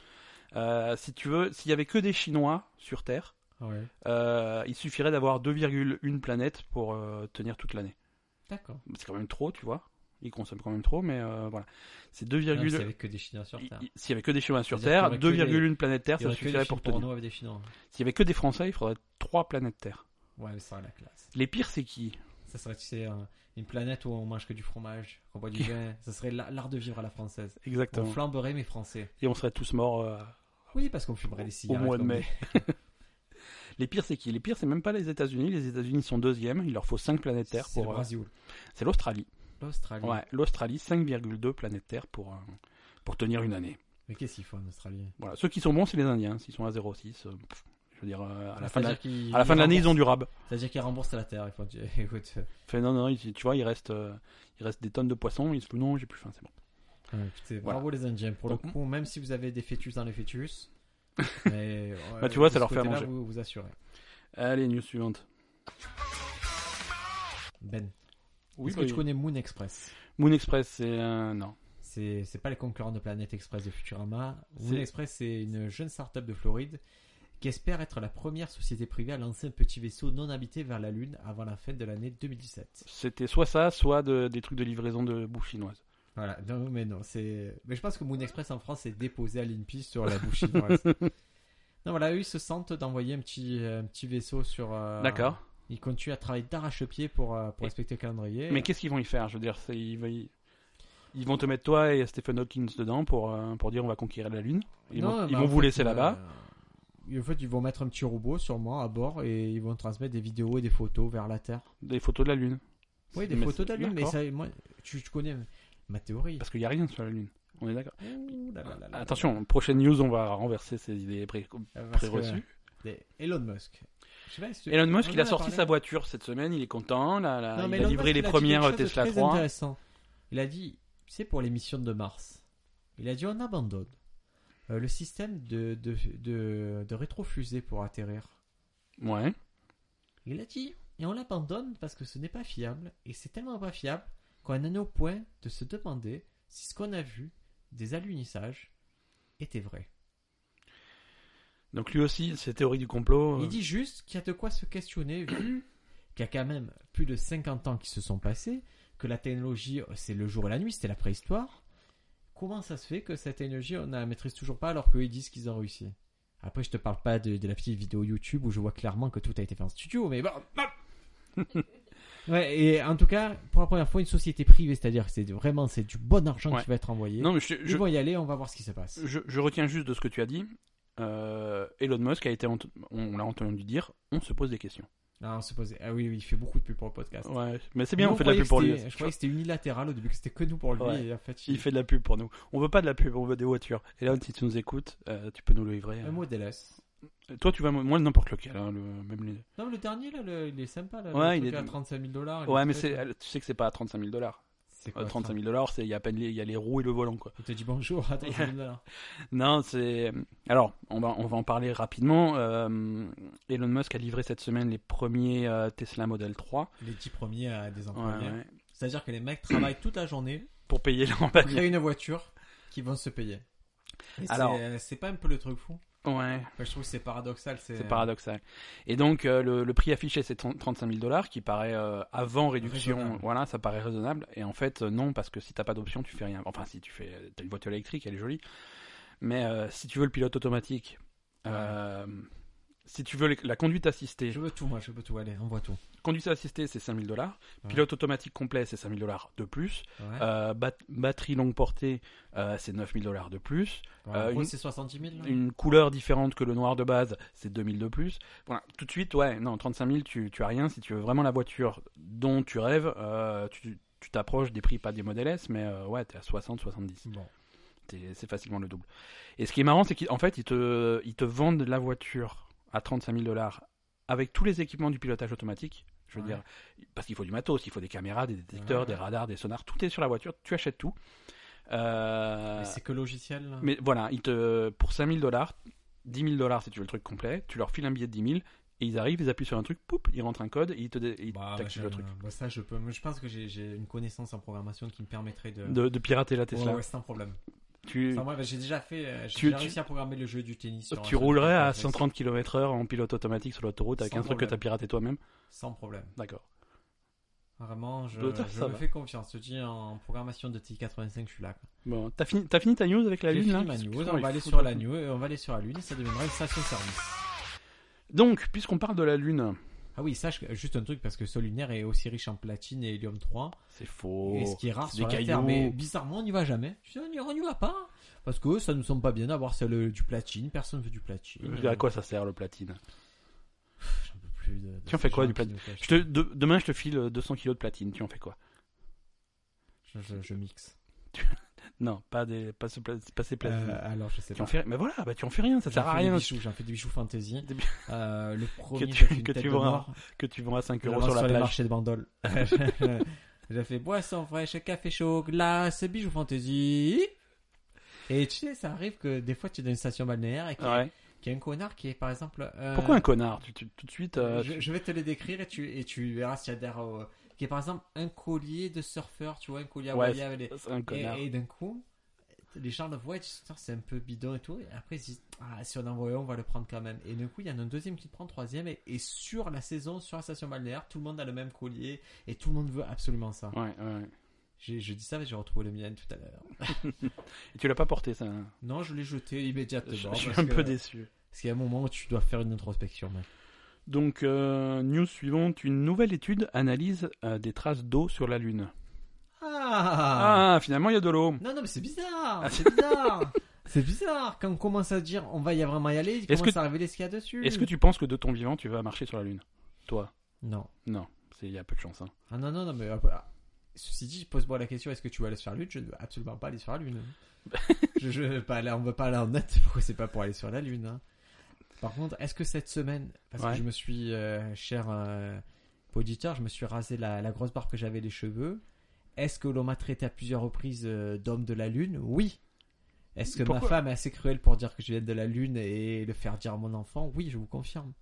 Euh, si tu veux, s'il y avait que des Chinois sur Terre,
Ah Ouais.
euh, il suffirait d'avoir 2,1 planètes pour euh, tenir toute l'année.
D'accord.
C'est quand même trop, tu vois. Ils consomment quand même trop, mais euh, voilà. C'est
Non, mais
2,1.
S'il n'y avait que des Chinois sur
Il-
Terre.
il- S'il y avait que des Chinois sur
C'est-à-dire
Terre,
qu'il y aurait que
2,1 planètes Terre,
Il y
ça
aurait que des
suffirait pour
Chinois porno
tenir.
avec des Chinois.
S'il y avait que des Français, il faudrait 3 planètes Terre.
Ouais, mais ça aurait la classe.
Les pires, c'est qui
Ça serait, tu sais, un- une planète où on mange que du fromage, qu'on boit du vin. Ça serait la- l'art de vivre à la française. On
Exactement.
flamberait, mais français.
Et on serait tous morts. euh,
Oui, parce qu'on fumerait les
au
cigarettes.
mois de
comme
mai. les pires, c'est qui Les pires, c'est même pas les États-Unis. Les États-Unis sont deuxième. Il leur faut 5 planètes
des-
Terre
C'est le
pour. euh,
Brésil.
C'est l'Australie.
L'Australie.
Ouais, l'Australie, 5,2 planètes Terre pour, euh, pour tenir une année.
Mais qu'est-ce qu'ils font en Australie
Voilà. Ceux qui sont bons, c'est les Indiens. S'ils sont à 0,6, euh, pff, je veux dire, euh, à la fin de la-
C'est-à-dire qu'ils-
à la fin de l'année, ils ont
remboursent-
du rab.
C'est-à-dire qu'ils remboursent la Terre. Ils font, tu- écoute,
Fait, non, non, ils- tu vois, il reste, euh, il reste des tonnes de poissons. Ils se disent, non, j'ai plus faim, c'est bon.
Ouais, euh, écoutez,
Voilà.
bravo les Indiens. Pour le
Donc-
coup, même si vous avez des fœtus dans les fœtus, mais, euh,
Bah, tu vois,
de
ça
ce
leur fait à
côté-là,
manger.
Vous, vous assurez.
Allez, news suivante.
Ben,
Oui,
est-ce que tu connais Moon Express
Moon Express, c'est un. Non.
C'est c'est pas les concurrents de Planète Express de Futurama. Moon
C'est-
Express, c'est une jeune start-up de Floride qui espère être la première société privée à lancer un petit vaisseau non habité vers la Lune avant la fin de l'année 2017.
C'était soit ça, soit de- des trucs de livraison de bouffe chinoise.
Voilà, non, mais non, c'est. Mais je pense que Moon Express en France est déposé à l'INPI sur la bouche chinoise. non, voilà, eux ils se sentent d'envoyer un petit, un petit vaisseau sur. euh,
D'accord.
Ils continuent à travailler d'arrache-pied pour, euh, pour
Et-
respecter le calendrier.
Mais qu'est-ce qu'ils vont y faire Je veux dire, c'est- ils, vont- ils- ils vont te mettre toi et Stephen Hawkins dedans pour, euh, pour dire on va conquérir la Lune. Ils
Non,
vont, ils
bah,
vont
en
vous
fait,
laisser
euh,
là-bas.
et En fait, ils vont mettre un petit robot sûrement à bord et ils vont transmettre des vidéos et des photos vers la Terre.
Des photos de la Lune.
Oui, des
Mais
photos
c'est-
de la Lune, mais
d'accord.
ça, moi, tu, tu connais ma théorie.
Parce qu'il n'y a rien sur la Lune. On est d'accord.
Ouh là là là là.
Attention, prochaine news, on va renverser ces idées pré-
Parce que,
pré-reçues.
euh, Elon Musk. Je sais pas si tu-
Elon Musk,
on
il a
en
sorti
parlé.
sa voiture cette semaine, il est content. là, là,
Non,
il
mais
a
Elon
livré
Musk,
les
il a dit
premières euh,
quelque chose de
Tesla
très
3.
intéressant. Il a dit, c'est pour les missions de Mars. Il a dit, on abandonne euh, le système de, de, de, de rétrofusée pour atterrir.
Ouais.
Il a dit, et on l'abandonne parce que ce n'est pas fiable, et c'est tellement pas fiable qu'on en est au point de se demander si ce qu'on a vu des alunissages était vrai.
Donc lui aussi, ses théories du complot. euh,
Il dit juste qu'il y a de quoi se questionner vu qu'il y a quand même plus de 50 ans qui se sont passés, que la technologie euh, c'est le jour et la nuit, c'était la préhistoire. Comment ça se fait que cette technologie on ne la maîtrise toujours pas alors qu'eux ils disent qu'ils ont réussi Après je te parle pas de, de la petite vidéo YouTube où je vois clairement que tout a été fait en studio, mais bon. bon. ouais et en tout cas pour la première fois une société privée, c'est-à-dire que c'est vraiment c'est du bon argent
Ouais.
qui va être envoyé.
Non, mais je, Mm.
Ils
je-
vont y aller, on va voir ce qui se passe.
je- je retiens juste de ce que tu as dit. Euh, Elon Musk a été, ent- on l'a entendu dire, on se pose des questions.
Ah, on se pose. Ah oui, oui, il fait beaucoup de pub pour le podcast.
Ouais, mais c'est bien,
Nous,
on fait de la
croyait
pub pour
que
lui.
c'était- Je croyais que c'était unilatéral au début, que c'était que nous pour lui.
Ouais.
et en fait,
Il fait de la pub pour nous. On veut pas de la pub, on veut des voitures. Et là, si tu nous écoutes, euh, tu peux nous le livrer. Euh,
un modèle S.
Toi, tu vas moi n'importe lequel, hein, le, même les-
Non, mais le dernier, là, le- il est sympa. Là,
Ouais,
le
il
truc
est-
à 35 000 dollars.
Ouais, mais c'est, tu sais que c'est pas à 35 000 dollars.
c'est quoi,
35
ça
000 dollars, c'est il y a à peine les, il y a les roues et le volant quoi.
Il te dit bonjour à 35 000 dollars.
Non, c'est alors on va on va en parler rapidement. Euh, Elon Musk a livré cette semaine les premiers euh, Tesla Model 3
Les 10 premiers à des
Ouais,
employés.
ouais.
C'est-à-dire que les mecs travaillent toute la journée
pour payer leur
pour
bagnole.
créer une voiture qui vont se payer. Et
Alors-
c'est- euh, C'est pas un peu le truc fou
Ouais,
Enfin, Je trouve que c'est paradoxal.
c'est paradoxal. Et donc euh, le, le prix affiché c'est 30 35 000 dollars qui paraît euh, avant réduction,
Raisonnable.
voilà, ça paraît raisonnable. Et en fait euh, non parce que si t'as pas d'option tu fais rien. Enfin si tu fais, t'as une voiture électrique, elle est jolie. Mais euh, si tu veux le pilote automatique, euh, si tu veux les- la conduite assistée,
euh, Je veux tout, moi, je veux tout. Allez, on voit tout.
conduite assistée c'est 5 000 dollars,
Ouais.
pilote automatique complet c'est 5 000 dollars de plus,
Ouais.
Euh, bat- batterie longue portée euh, c'est 9 000 dollars de plus,
en
euh,
gros,
une-
c'est 70 000. là.
une couleur différente que le noir de base, c'est 2000 de plus. Voilà, tout de suite, ouais, non, 35 000, tu, tu as rien. Si tu veux vraiment la voiture dont tu rêves, euh, tu tu t'approches des prix, pas des modèles S, mais euh, ouais, t'es à 60, 70.
Bon.
T'es- C'est facilement le double. Et ce qui est marrant, c'est qu'en fait, ils te, ils te vendent la voiture à 35 000 dollars avec tous les équipements du pilotage automatique. Je veux
Ouais.
dire, parce qu'il faut du matos, il faut des caméras, des détecteurs,
Ouais.
des radars, des sonars, tout est sur la voiture, tu achètes tout. Euh,
Mais c'est que logiciel. là.
mais voilà, ils te, pour 5000 dollars, 10 000 dollars si tu veux le truc complet, tu leur files un billet de 10 000 et ils arrivent, ils appuient sur un truc, poup, ils rentrent un code et ils te dé- ils
Bah,
t'activent
je-
le truc.
bah, ça, je peux. moi, Je pense que j'ai- j'ai une connaissance en programmation qui me permettrait de.
De, de pirater la Tesla.
euh, Ouais, ouais, sans problème.
Tu,
Enfin, moi, j'ai déjà fait. euh, J'ai
Tu-
déjà
tu-
réussi à programmer le jeu du tennis. sur un
tu
seul
roulerais à
complexe.
130 km/h en pilote automatique sur l'autoroute avec
Sans
un truc que
problème.
t'as piraté toi-même
Sans problème.
D'accord.
Vraiment, je,
D'auteur,
je
Bah, ça
me
va.
fais confiance. Je te dis, en programmation de TI-85, je suis là. quoi.
Bon, t'as fini, t'as fini ta news avec la
J'ai
Lune hein,
fini
là
ma
Qu'est-ce
news,
qu'ils sont,
on
ils
va aller
foutent
sur
de-
la news, on va aller sur la lune et ça deviendra une station-service.
Donc, puisqu'on parle de la Lune,
Ah oui, sache que- juste un truc parce que ce lunaire est aussi riche en platine et hélium 3
c'est faux.
et ce qui est rare
Oh, c'est
sur
des
la
cailloux.
Terre, mais bizarrement on n'y va jamais. Tu sais, on n'y on n'y va pas parce que ça nous semble pas bien d'avoir celle du platine. Personne veut du platine.
Je veux dire, À quoi ça sert le platine
J'en peux plus de- de
Tu en
ces
fais quoi,
gens
du
qui
platine
nous cachent.
je te, de- Demain, je te file 200 kilos de platine, tu en fais quoi
Je, je- je mixe.
Non, pas, des, pas, ce pla- pas ces platines.
Euh, alors, je sais
Tu
pas.
en fais, mais voilà, bah tu en fais rien, ça
J'en
sert à
fais des
rien
bijoux, J'en fais des bijoux fantasy.
Des bi-
Euh, le premier,
tu-
j'ai fait une
que
tête
tu
de
vends
mort.
que tu vends à 5
Je la
euros
vends
sur la
les
plage.
marchés de bandoles. J'ai fait boisson fraîche, café chaud, glace, bijoux fantasy. Et tu sais, ça arrive que des fois tu es dans une station balnéaire et qu'il y a-
Ouais.
qu'il y a un connard qui est par exemple. euh,
Pourquoi un connard tu, tu- Tout de suite, euh,
je,
tu-
je vais te le décrire et tu, et tu verras si adhère au. euh, Qui est par exemple un collier de surfeur, tu vois, un collier
Ouais,
hawaïen avec des-
c'est un connard.
Et, et d'un coup, les gens le voient et disent Putain, c'est un peu bidon et tout. Et après, ils se disent Ah, si on envoie un, on va le prendre quand même. Et d'un coup, il y en a un deuxième qui le prend, troisième. Et, et sur la saison, sur la station balnéaire, tout le monde a le même collier et tout le monde veut absolument ça.
Ouais, ouais.
J'ai- Je dis ça, mais j'ai retrouvé le mien tout à l'heure.
Et tu l'as pas porté, ça. hein.
Non, je l'ai jeté immédiatement.
Je, je suis
parce
un
que-
peu déçu.
Parce qu'il y a un moment où tu dois faire une introspection. mec.
Donc, euh, news suivante, une nouvelle étude analyse euh, des traces d'eau sur la Lune.
Ah,
Ah, finalement, il y a de l'eau.
Non, non, mais c'est bizarre. C'est bizarre. c'est bizarre. Quand on commence à dire on va y vraiment y aller, il
Est-ce
commence
que-
à révéler ce qu'il y a dessus.
Est-ce que tu penses que de ton vivant, tu vas marcher sur la Lune Toi
Non.
Non, c'est- il y a peu de chance. hein.
Ah non, non, non, mais... après, ah, Ceci dit, pose-moi la question, est-ce que tu vas aller sur la Lune Je ne veux absolument pas aller sur la Lune. je, je veux pas aller, on ne va pas aller en net, pourquoi c'est pas pour aller sur la Lune hein. Par contre, est-ce que cette semaine, parce
Ouais.
que je me suis, euh, cher euh, auditeur, je me suis rasé la, la grosse barbe que j'avais les cheveux, est-ce que l'on m'a traité à plusieurs reprises euh, d'homme de la Lune Oui. Est-ce que
Pourquoi
ma femme est assez cruelle pour dire que je viens de la Lune et le faire dire à mon enfant Oui, je vous confirme.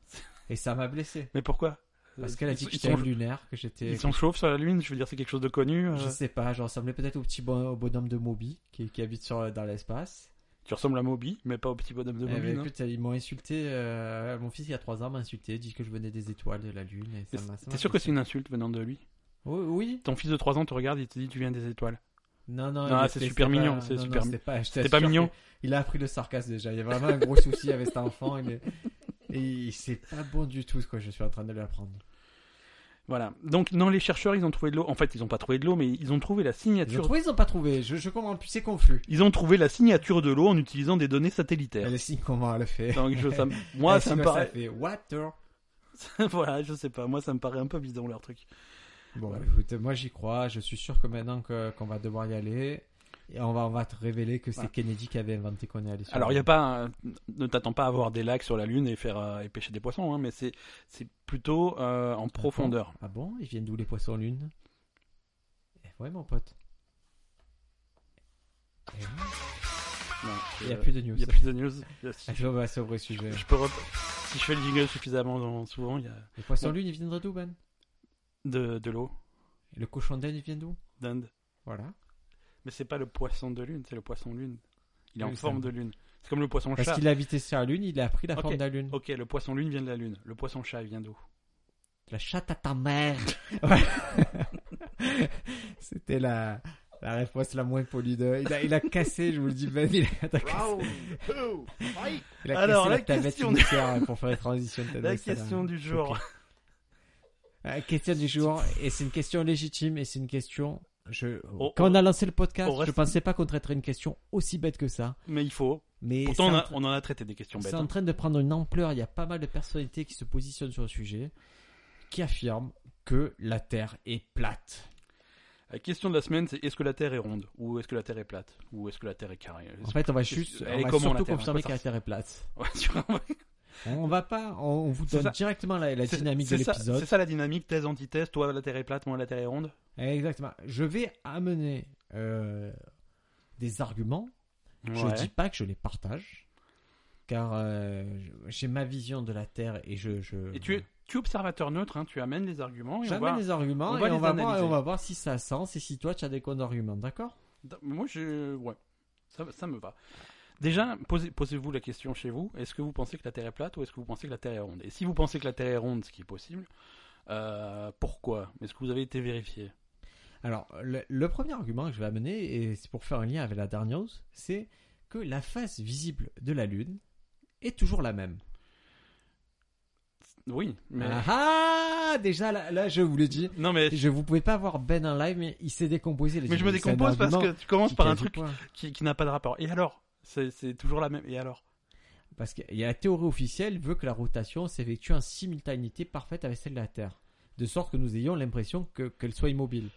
Et ça m'a blessé.
Mais pourquoi
Parce qu'elle a dit
Ils-
que
ils
j'étais
sont-
lunaire, que j'étais
Ils sont chauves sur la Lune, je veux dire, c'est quelque chose de connu. euh,
je sais pas, je ressemblais peut-être au petit bon- au bonhomme de Moby qui, qui habite sur, euh, dans l'espace.
Tu ressembles à Moby, mais pas au petit bonhomme de
Eh
Moby.
ben,
non
écoute, ils m'ont insulté. euh, mon fils, il y a 3 ans, m'a insulté, dit que je venais des étoiles, de la lune. Et ça m'a- ça m'a
T'es sûr
fait
que c'est une insulte venant de lui
Oui, oui.
Ton fils de 3 ans te regarde, il te dit tu viens des étoiles.
Non, non.
Non,
mais
Ah, c'est
c'était-
super
c'était
mignon,
pas-
c'est
non, non,
super mi-
c'était pas, je
C'était pas
t'assure
mignon
que Il a appris le sarcasme déjà. Il y a vraiment un gros souci avec cet enfant. Il est... et il- c'est pas bon du tout ce que je suis en train de lui apprendre.
Voilà. Donc, non, les chercheurs, ils ont trouvé de l'eau. En fait, ils ont pas trouvé de l'eau, mais ils ont trouvé la
Ils ont
signature.
trouvé, ils ont pas trouvé. Je, je comprends plus, c'est confus.
Ils ont trouvé la signature de l'eau en utilisant des données satellitaires.
Elle signe comment elle le fait.
Donc, je- ça me- moi,
Elle
ça
signe,
me paraît.
fait water.
voilà, je sais pas. Moi, ça me paraît un peu bidon leur truc.
Bon, bah, écoute, moi j'y crois. Je suis sûr que maintenant que- qu'on va devoir y aller, et on va, on va te révéler que c'est
Ouais.
Kennedy qui avait inventé qu'on est allé sur
Alors,
la
il y a
Lune.
pas, un- ne t'attends pas à avoir des lacs sur la Lune et faire euh, et pêcher des poissons, hein, mais c'est c'est plutôt euh, en profondeur.
Ah bon Ils viennent d'où les poissons lune Eh, Ouais, mon pote. Eh oui,
Non,
Ah, Il n'y a
euh,
plus de news.
il y a plus de news.
Ah, je vais passer au vrai sujet.
Je peux rep- Si je fais le jingle suffisamment souvent, il y a
Les poissons
Bon.
lune, ils viennent d'où, Ben
de, de l'eau,
Et Le cochon d'Inde, il vient d'où
d'Inde.
Voilà.
Mais c'est pas le poisson de lune, c'est le poisson lune. Il est
Oui,
en
ça
forme
me-
de lune. C'est comme le poisson
Parce
chat.
qu'il a habité sur la lune, il a appris la
Ok.
forme de la lune.
Ok, le poisson lune vient de la lune. Le poisson chat, il vient d'où
La chatte à ta mère. Ouais. C'était la, la réponse la moins polie de. Il a, il a cassé, je vous le dis, Ben, il a, attaqué- Bah il a cassé
Alors,
la,
la
tablette
question
initiale pour faire les transitions. de
La
tablette, ça
question
l'a-
du jour.
Ok. La question du jour, et c'est une question légitime, et c'est une question. Je,
Oh,
quand
oh.
on a lancé le podcast,
On reste-
je pensais pas qu'on traiterait une question aussi bête que ça.
Mais il faut.
Mais
Pourtant,
c'est
on,
en
a-
train-
on en a traité des questions bêtes.
c'est en
hein.
train de prendre une ampleur. Il y a pas mal de personnalités qui se positionnent sur le sujet, qui affirment que la Terre est plate.
hein. La question de la semaine, c'est est-ce que la Terre est ronde Ou est-ce que la Terre est plate Ou est-ce que la Terre est carrée
En fait, on va
Qu'est-ce
juste,
que-
on
elle est
va
comment, la
surtout
Terre
confirmer
C'est
que
quoi
la Terre est plate.
Ouais, tu vois, ouais.
On va pas, on, on vous
C'est
donne
ça.
directement la, la
C'est-
dynamique de
c'est ça-
l'épisode.
C'est ça la dynamique, thèse, antithèse. Toi, la Terre est plate, moi, la Terre est ronde.
Exactement. Je vais amener euh, des arguments.
Ouais.
Je dis pas que je les partage, car euh, j'ai ma vision de la Terre et je. je-
Et tu es, tu es observateur neutre, hein, tu amènes les arguments. Et on
J'amène
va-
les arguments
on
et
va
on
les
va voir, et
analyser.
on va voir si ça a sens et si toi tu as des contre-arguments, d'accord
D- Moi, je... Ouais, ça, ça me va. Déjà, posez- posez-vous la question chez vous. Est-ce que vous pensez que la Terre est plate ou est-ce que vous pensez que la Terre est ronde Et si vous pensez que la Terre est ronde, ce qui est possible, euh, pourquoi Est-ce que vous avez été vérifié
Alors, le, le premier argument que je vais amener, et c'est pour faire un lien avec la dernière news, c'est que la face visible de la Lune est toujours la même.
Oui, mais...
Ah ah, déjà là, là, je vous le dis,
Non, mais...
je vous pouvez pas voir Ben en live, mais il s'est décomposé.
Mais je me décompose parce que tu commences par un truc qui, qui n'a pas de rapport. Et alors C'est c'est toujours la même. Et alors
Parce que y a la théorie officielle veut que la rotation s'effectue en simultanéité parfaite avec celle de la Terre, de sorte que nous ayons l'impression que qu'elle soit immobile.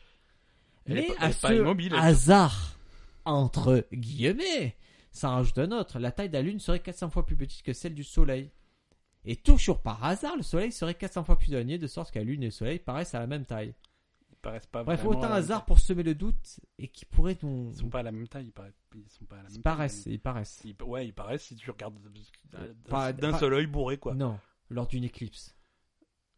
Elle
Mais
est pas- elle
à
est pas
ce
immobile, elle-
hasard entre guillemets, ça en rajoute un autre. La taille de la Lune serait 400 fois plus petite que celle du Soleil. Et toujours par hasard, le Soleil serait 400 fois plus éloigné, de sorte que la Lune et le Soleil paraissent à la même taille.
Ils paraissent pas
Bref,
vraiment euh, à
autant
la même
hasard
taille.
pour semer le doute et qui pourrait nous
Ils sont pas à la même taille, ils, paraissent- ils sont pas à la même
Ils
taille.
paraissent, ils paraissent.
Ils- Ouais, ils paraissent si tu regardes euh,
Pas-
d'un
pas-
seul œil bourré, quoi.
Non, lors d'une éclipse.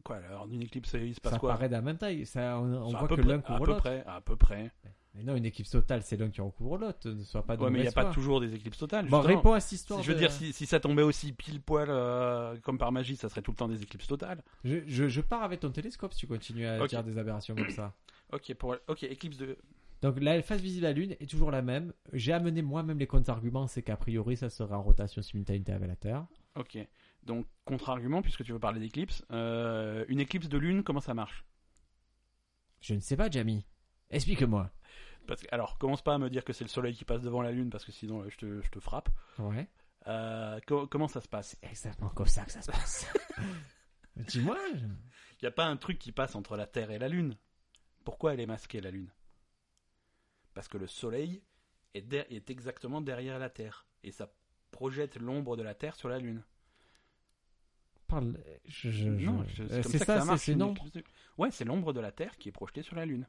Quoi, alors, d'une éclipse, il se passe
Ça
quoi
paraît de la même taille. Ça, on on
Enfin, à
voit
peu
que
près-
l'un
à
couvre
peu
l'autre.
près, à peu près.
Mais non, une équipe totale, c'est l'un qui recouvre l'autre. Ne sois pas de
Ouais, mais il n'y
mauvaise
a pas
foi.
toujours des éclipses totales.
Bon,
justement.
réponds à cette
Si-
histoire.
je veux
de-
dire, si, si ça tombait aussi pile poil euh, comme par magie, ça serait tout le temps des éclipses totales.
je, je- je pars avec ton télescope si tu continues à
Ok.
dire des aberrations comme ça.
Ok, pour, ok, éclipse de.
Donc la face visible à la Lune est toujours la même. J'ai amené moi-même les contre-arguments, c'est qu'a priori ça sera en rotation simultanée avec la Terre.
Ok. Donc, contre-argument, puisque tu veux parler d'éclipse, euh, une éclipse de lune, comment ça marche
Je ne sais pas, Jamie. Explique-moi.
Parce que- Alors, commence pas à me dire que c'est le soleil qui passe devant la lune, parce que sinon, euh, je te, je te frappe.
Ouais.
Euh, co- comment ça se passe
Exactement comme ça que ça se passe. Dis-moi. je-
Il n'y a pas un truc qui passe entre la Terre et la Lune. Pourquoi elle est masquée, la Lune Parce que le Soleil est, der- est exactement derrière la Terre. Et ça projette l'ombre de la Terre sur la Lune.
Parle. Je, je- je-
Non, je-
Euh,
c'est comme
c'est
ça, que
ça,
ça
c'est
marche.
c'est
une
l'ombre.
éclipse de- Ouais, c'est l'ombre de la Terre qui est projetée sur la Lune.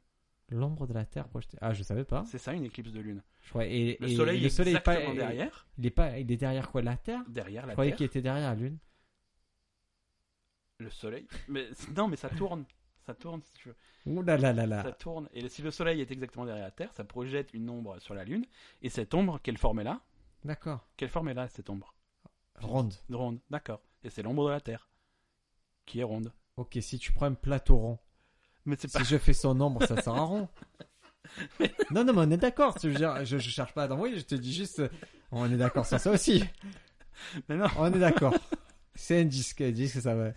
L'ombre de la Terre projetée. Ah, je savais pas.
C'est ça, une éclipse de Lune.
Je croyais- et,
Le
et
Soleil
le
est
soleil est pas- euh,
exactement derrière.
Il est pas. Il est derrière quoi La Terre.
Derrière
je
la
croyais
Terre.
qu'il était derrière la Lune.
Le Soleil... Mais, non, mais ça tourne. Ça tourne, si tu veux.
Ouh là là là
ça
là.
tourne. Et si le Soleil est exactement derrière la Terre, ça projette une ombre sur la Lune. Et cette ombre, quelle forme est là
D'accord.
Quelle forme est là, cette ombre
Ronde.
Ronde, d'accord. Et c'est l'ombre de la Terre qui est ronde.
Ok, si tu prends un plateau rond,
Mais c'est
si je fais son ombre, ça sera rond. non, non, mais on est d'accord. Je, veux dire, je, je cherche pas à t'envoyer, je te dis juste, euh, on est d'accord sur ça aussi.
Mais non,
On est d'accord. C'est un disque, un disque, ça va.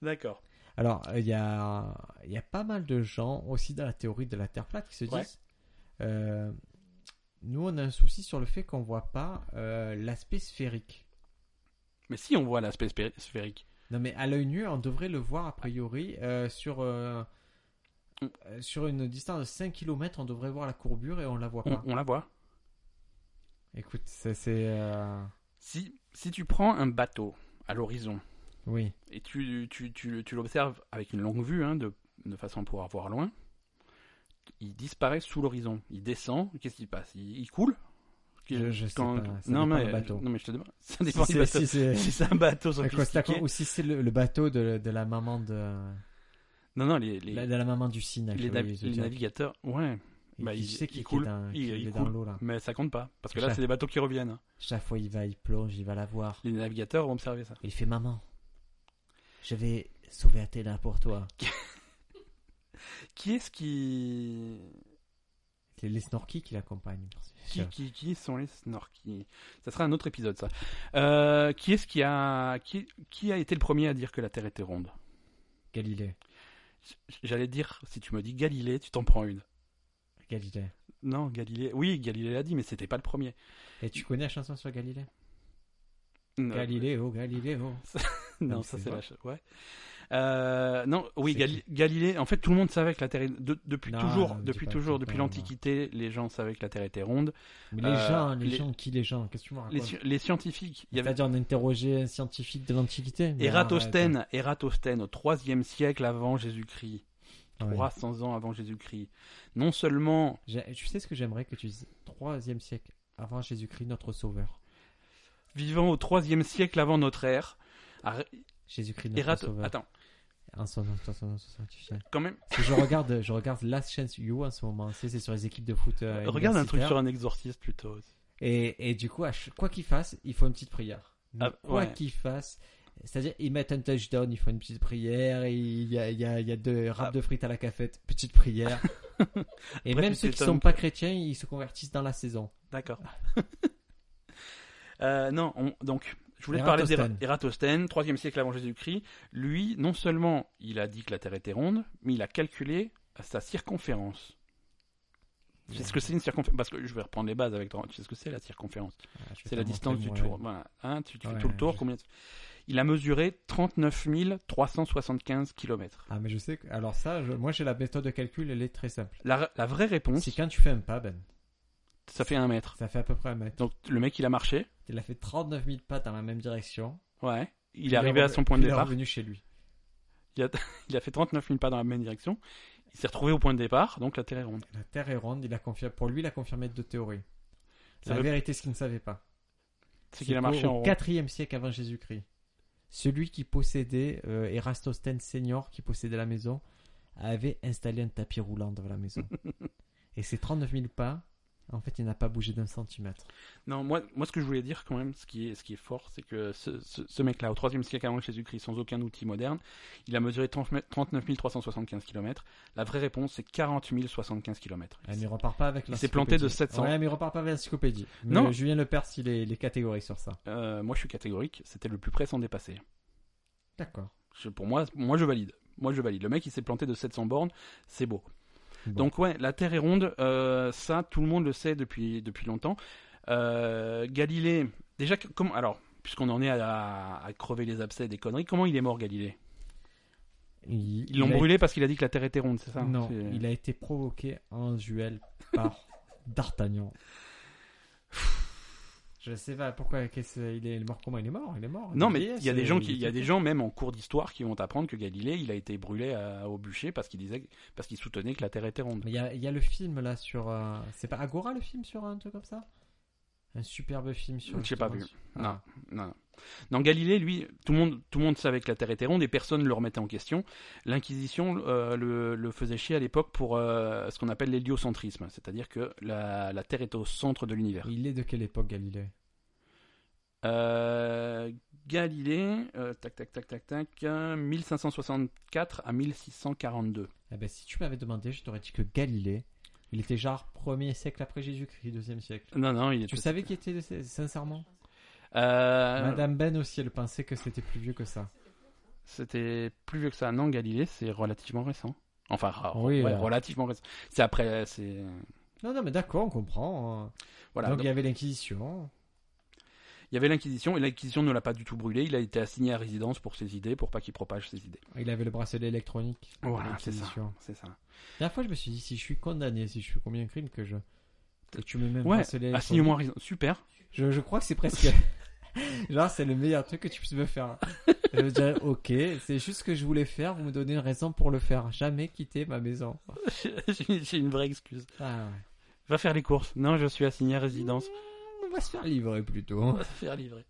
d'accord.
Alors, euh, il y, a, il y a pas mal de gens aussi dans la théorie de la Terre plate qui se disent
Ouais.
euh, Nous, on a un souci sur le fait qu'on voit pas euh, l'aspect sphérique.
Mais si on voit l'aspect spé- sphérique,
Non, mais à l'œil nu, on devrait le voir a priori euh, sur. euh,
Mm.
euh, sur une distance de 5 km, on devrait voir la courbure et on la voit
on,
pas.
on la voit.
Écoute, ça c'est. euh,
Si, si tu prends un bateau à l'horizon
Oui.
et tu, tu, tu, tu l'observes avec une longue vue, hein, de, de façon à pouvoir voir loin, il disparaît sous l'horizon. Il descend, qu'est-ce qui se passe il, il coule
Je- je sais pas, ça
non,
dépend
mais,
du bateau.
non, mais je te demande. Ça dépend
Si
du
c'est-
bateau.
si c'est-
Si c'est un bateau
un Costa
sophistiqué.
Con- ou si c'est le, le bateau de, de la maman de,
Non, non, les, les,
la- de la maman du Sinac.
les
oui,
nav-
je
les
dirais.
navigateurs, ouais.
Et
bah,
qui-
il-
je sais qu'il
il
était
coule.
dans-
Il-
qu'il
il
est dans
coule.
l'eau là.
Mais ça compte pas, parce que là,
Ça-
c'est des bateaux qui reviennent. hein.
Chaque fois il va, il plonge, il va la voir.
Les navigateurs vont observer ça.
Il fait maman. Je vais sauver Athéna pour toi.
Qui est-ce qui...
C'est les snorkies qui l'accompagnent.
Qui, qui, qui sont les snorkies Ça sera un autre épisode, ça. Euh, qui est-ce qui a... Qui, qui a été le premier à dire que la Terre était ronde
Galilée.
J'allais dire, si tu me dis Galilée, tu t'en prends une.
Galilée.
Non, Galilée... Oui, Galilée l'a dit, mais c'était pas le premier.
Et tu connais la chanson sur Galilée
Non,
Galiléo, Galiléo.
Non,
mais
ça
c'est
c'est
vrai.
la chose. Ouais. Euh, non, oui,
C'est
Gali- Galilée. En fait, tout le monde savait que la Terre est- de- depuis
Non,
toujours,
non, dis
depuis
pas hein.
toujours,
tout le
depuis
temps,
l'Antiquité, les gens savaient que la Terre était ronde.
Mais les
Euh,
gens, les,
les-
gens, qui les gens Qu'est-ce que tu me
Les,
racontes
sci- les scientifiques, il y avait
C'est-à-dire, on interrogeait un scientifique de l'Antiquité mais arrête.
Ératosthène, Ératosthène au 3e siècle avant Jésus-Christ,
Ouais.
300 ans avant Jésus-Christ. Non seulement,
J'ai- Tu sais ce que j'aimerais que tu dises Troisième siècle avant Jésus-Christ, notre sauveur.
vivant au 3e siècle avant notre ère, Ar-
Jésus-Christ, notre
Érato-
sauveur.
attends,
En son nom, en son nom, en son nom, tu sais.
quand même,
Parce que je regarde, je regarde Last Chance You en ce moment. tu sais, C'est sur les équipes de foot. euh,
regarde un truc
universitaires.
sur un exorciste plutôt.
Et, et du coup, à ch- quoi qu'ils fassent, ils font une petite prière.
Ah,
quoi
ouais.
qu'ils fassent, c'est-à-dire ils mettent un touchdown, ils font une petite prière, et il y a, il y a, il y a deux râpes
Ah.
de frites à la cafette, petite prière. et
Après,
même
tu
ceux qui
t'étonnes
sont
que-
pas chrétiens, ils se convertissent dans la saison.
D'accord. Euh, non, on- donc, je voulais te parler
Ératosthène.
d'Ératosthène, 3e siècle avant Jésus-Christ. Lui, non seulement il a dit que la Terre était ronde, mais il a calculé sa circonférence. Tu sais ce que c'est une circonférence Parce que je vais reprendre les bases avec toi. Tu sais ce que c'est la circonférence
Ah, je vais
C'est la
te
distance
montrer,
du
moi,
tour.
ouais.
Voilà. Hein, tu tu fais
Ouais,
tout le tour.
je-
Combien de- Il a mesuré 39 375 km.
Ah, mais je sais que. Alors, ça, je- moi j'ai la méthode de calcul, elle est très simple.
La, la vraie réponse,
C'est quand tu fais un pas, Ben,
ça fait un mètre.
ça fait à peu près un mètre.
Donc le mec, il a marché.
Il a fait 39 000 pas dans la même direction.
Ouais. Il
Puis
est arrivé à
re-
son point
puis
de
il est
départ.
revenu chez lui.
Il a fait 39 000 pas dans la même direction. Il s'est retrouvé au point de départ, donc la Terre est ronde.
La Terre est ronde, il a confirmé, pour lui, il a confirmé deux théories.
Ça
La
veut-
vérité, ce qu'il ne savait pas.
C'est qu'il a marché en
au
rond.
4e siècle avant Jésus-Christ. Celui qui possédait, euh, Érastosthène senior, qui possédait la maison, avait installé un tapis roulant devant la maison. Et ces 39 000 pas, En fait, il n'a pas bougé d'un centimètre.
Non, moi, moi, ce que je voulais dire quand même, ce qui est, ce qui est fort, c'est que ce, ce, ce mec-là, au 3 siècle avant Jésus-Christ, sans aucun outil moderne, il a mesuré 30 mè- 39 375 km. La vraie réponse, c'est 40 075 km.
Ah, mais il repart pas avec
Il s'est planté de
l'encyclopédie.
700.
Ouais, mais il repart pas avec l'encyclopédie. Mais
Non.
Julien Lepers, il est, il est catégorique sur ça.
Euh, moi, je suis catégorique. C'était le plus près sans dépasser.
D'accord.
Je- pour moi, moi, je valide. Moi, je valide. Le mec, il s'est planté de 700 bornes. C'est beau.
Bon.
Donc ouais, la Terre est ronde, euh, ça tout le monde le sait depuis depuis longtemps. Euh, Galilée, déjà que- comment alors puisqu'on en est à, à crever les abcès des conneries, comment il est mort Galilée
Ils
Ils l'ont brûlé parce qu'il a dit que la Terre était ronde, c'est ça
Non,
C'est-
il a été provoqué en duel par D'Artagnan. Je sais pas pourquoi. qu'est-ce- il est mort comment Il est mort Il est mort.
Non
Il
mais
est-
il y a des
c'est-
gens qui, il y a
était-
des gens même en cours d'histoire qui vont apprendre que Galilée, il a été brûlé à- au bûcher parce qu'il disait parce qu'il soutenait que la Terre était ronde.
Mais il y a, il y a le film là sur. euh, C'est pas Agora le film sur un truc comme ça Un superbe film sur.
J'ai pas
justement,
vu.
sur-
Non.
Ah.
Non, non. Non, Galilée, lui, tout le monde, tout le monde savait que la Terre était ronde et personne ne le remettait en question. L'Inquisition euh, le, le faisait chier à l'époque pour euh, ce qu'on appelle l'héliocentrisme, c'est-à-dire que la, la Terre est au centre de l'univers.
Il est de quelle époque Galilée
Euh, Galilée, euh, tac, tac, tac, tac, tac, euh, 1564 à 1642.
Eh ben si tu m'avais demandé, je t'aurais dit que Galilée, il était genre premier siècle après Jésus-Christ, deuxième siècle.
Non, non, il est.
Tu savais qui était sincèrement
Euh,
Madame Ben aussi, elle pensait que c'était plus vieux que ça.
C'était plus vieux que ça. Non, Galilée, c'est relativement récent. Enfin, ra-
Oui,
ouais,
euh.
relativement récent. C'est après, c'est
Non, non, mais d'accord, on comprend. hein.
voilà.
Donc il y avait l'Inquisition.
Il y avait l'Inquisition, et l'Inquisition ne l'a pas du tout brûlé. Il a été assigné à résidence pour ses idées, pour pas qu'il propage ses idées.
Il avait le bracelet électronique.
Voilà, c'est ça.
l'Inquisition.
C'est ça.
La dernière fois, je me suis dit, si je suis condamné, si je suis combien de crimes que je. Et tu me mets
Ouais,
un
bah,
bracelet électronique.
Assigne-moi à résidence. Super.
Je, je crois que c'est presque. Genre, c'est le meilleur truc que tu puisses me faire. Je me dirais, ok, c'est juste ce que je voulais faire, vous me donnez une raison pour le faire. Jamais quitter ma maison.
J'ai j'ai une vraie excuse.
Ah
Va faire les courses. Non, je suis assigné à résidence.
ouais. Hmm, On va se faire livrer plutôt.
On va se faire livrer.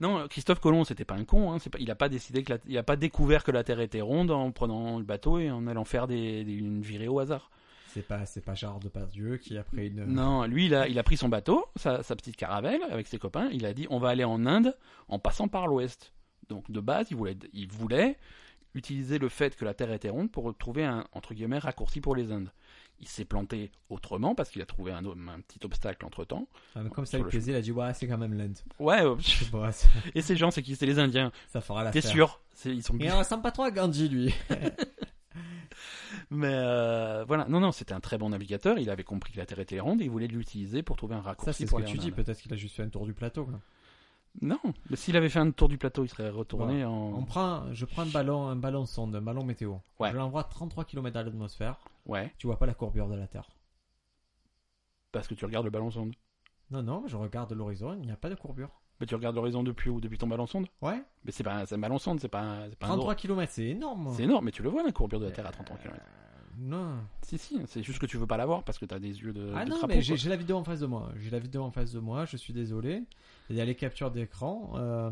Non, euh, Christophe Colomb, c'était pas un con. Hein. C'est pas, il a pas décidé que la- il a pas découvert que la Terre était ronde en prenant le bateau et en allant faire des, des- une virée au hasard.
C'est pas, c'est pas Gérard Depardieu qui a pris une.
Non, lui, il a, il a pris son bateau, sa, sa petite caravelle, avec ses copains. Il a dit on va aller en Inde en passant par l'Ouest. Donc, de base, il voulait, il voulait utiliser le fait que la Terre était ronde pour trouver un entre guillemets raccourci pour les Indes. Il s'est planté autrement parce qu'il a trouvé un, un petit obstacle entre temps.
Ah, mais comme
Sur
ça lui
le
plaisait, il a dit, ouais, c'est quand même lente.
Ouais, euh,
Je sais pas, ça,
et ces gens, c'est qui C'est les Indiens.
ça fera la
T'es sûr C'est- Ils sont
Il
bien.
ressemble pas trop à Gandhi, lui.
Mais euh, voilà, non, non, c'était un très bon navigateur. Il avait compris que la Terre était ronde et il voulait l'utiliser pour trouver un raccourci
ça, c'est ce
pour
que
aller
tu
en
dis.
Inde.
Peut-être qu'il a juste fait un tour du plateau. quoi.
Non, mais s'il avait fait un tour du plateau, il serait retourné en.
On prend, je prends un ballon, un ballon sonde, un ballon météo.
Ouais.
Je l'envoie 33 km à l'atmosphère.
Ouais.
Tu vois pas la courbure de la Terre.
Parce que tu regardes le ballon sonde.
Non, non, je regarde l'horizon, il n'y a pas de courbure.
Mais tu regardes l'horizon depuis où Depuis ton ballon sonde
Ouais,
Mais c'est pas un, c'est un ballon sonde, c'est pas un, c'est pas un
33 km, c'est énorme.
drone. Ah C'est énorme, mais tu le vois la courbure
Euh,
de la Terre à 33 km.
Non.
Si, si, c'est juste que tu veux pas la voir parce que t'as des yeux de,
ah
Euh, de
non,
crapaud,
mais j'ai
quoi.
j'ai la vidéo en face de moi. J'ai la vidéo en face de moi, je suis désolé. Il y a les captures d'écran. euh,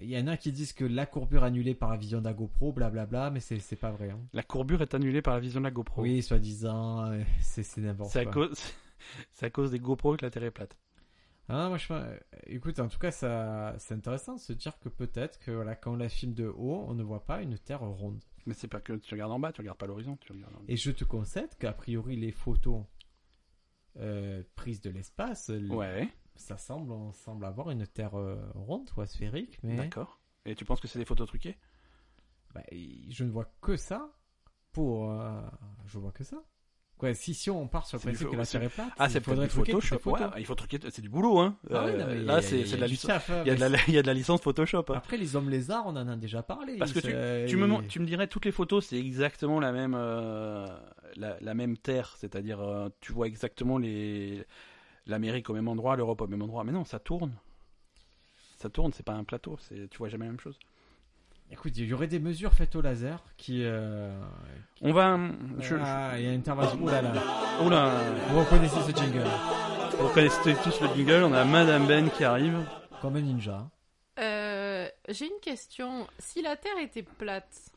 Il y en a qui disent que la courbure annulée par la vision de la GoPro, blablabla, mais c'est c'est pas vrai. hein.
La courbure est annulée par la vision de la GoPro.
Oui, soi-disant, euh, c'est c'est n'importe
c'est
quoi.
à, cause... c'est à cause des GoPro que la Terre est plate.
Ah, moi, je pense- euh, Écoute, en tout cas, ça, c'est intéressant de se dire que peut-être que voilà, quand on la filme de haut, on ne voit pas une Terre ronde.
Mais c'est pas que tu regardes en bas, tu regardes pas l'horizon, tu regardes. en-
Et je te concède qu'a priori, les photos euh, prises de l'espace, l-
Ouais,
ça semble, on semble avoir une Terre euh, ronde ou sphérique, mais
d'accord. Et tu penses que c'est des photos truquées
bah, et je ne vois que ça pour. euh, je vois que ça. Quoi, si, si on part sur le
C'est du
principe
faux-
que la
c'est-
Terre est plate,
Ah,
il
c'est
faudrait
peut-être des
truquer
photos,
toutes les photos.
Ouais, il faut truquer. C'est du boulot, hein.
Ah ouais,
Euh,
non, mais il y a-
là, c'est
il y a
c'est de la
du
licence.
taf, hein,
Il y, a de
mais
la, il y a de la licence Photoshop. hein.
Après, les hommes lézards, on en a déjà parlé.
Parce que
c'est-
Tu me, mon- tu me dirais toutes les photos, c'est exactement la même, euh, la, la même terre, c'est-à-dire euh, tu vois exactement les l'Amérique au même endroit, l'Europe au même endroit. Mais non, ça tourne, ça tourne, c'est pas un plateau, c'est tu vois jamais la même chose.
Écoute, il y aurait des mesures faites au laser qui. Euh...
On va, je,
Ah, il y a une intervention. Oh là là.
je- oula,
Vous reconnaissez ce jingle
vous reconnaissez tous le jingle, on a Madame Ben qui arrive.
Comme un ninja.
Euh, J'ai une question. Si la Terre était plate,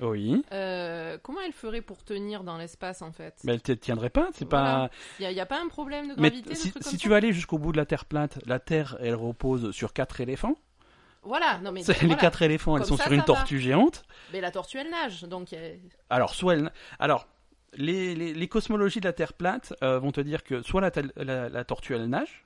Oui.
Euh, comment elle ferait pour tenir dans l'espace en fait
Mais elle ne tiendrait pas. C'est pas.
Il n'y a, pas un problème de
Mais
gravité de
si,
trucs
si
comme
tu
ça
vas aller jusqu'au bout de la Terre plate, la Terre, elle repose sur quatre éléphants.
Voilà, non mais.
C'est- Les
voilà.
quatre éléphants, elles
Comme
sont
ça,
sur
ça
une
va.
tortue géante.
Mais la tortue elle nage, donc. euh,
Alors, soit elle- Alors, les, les- les cosmologies de la Terre plate euh, vont te dire que soit la, tel- la- la tortue, elle nage.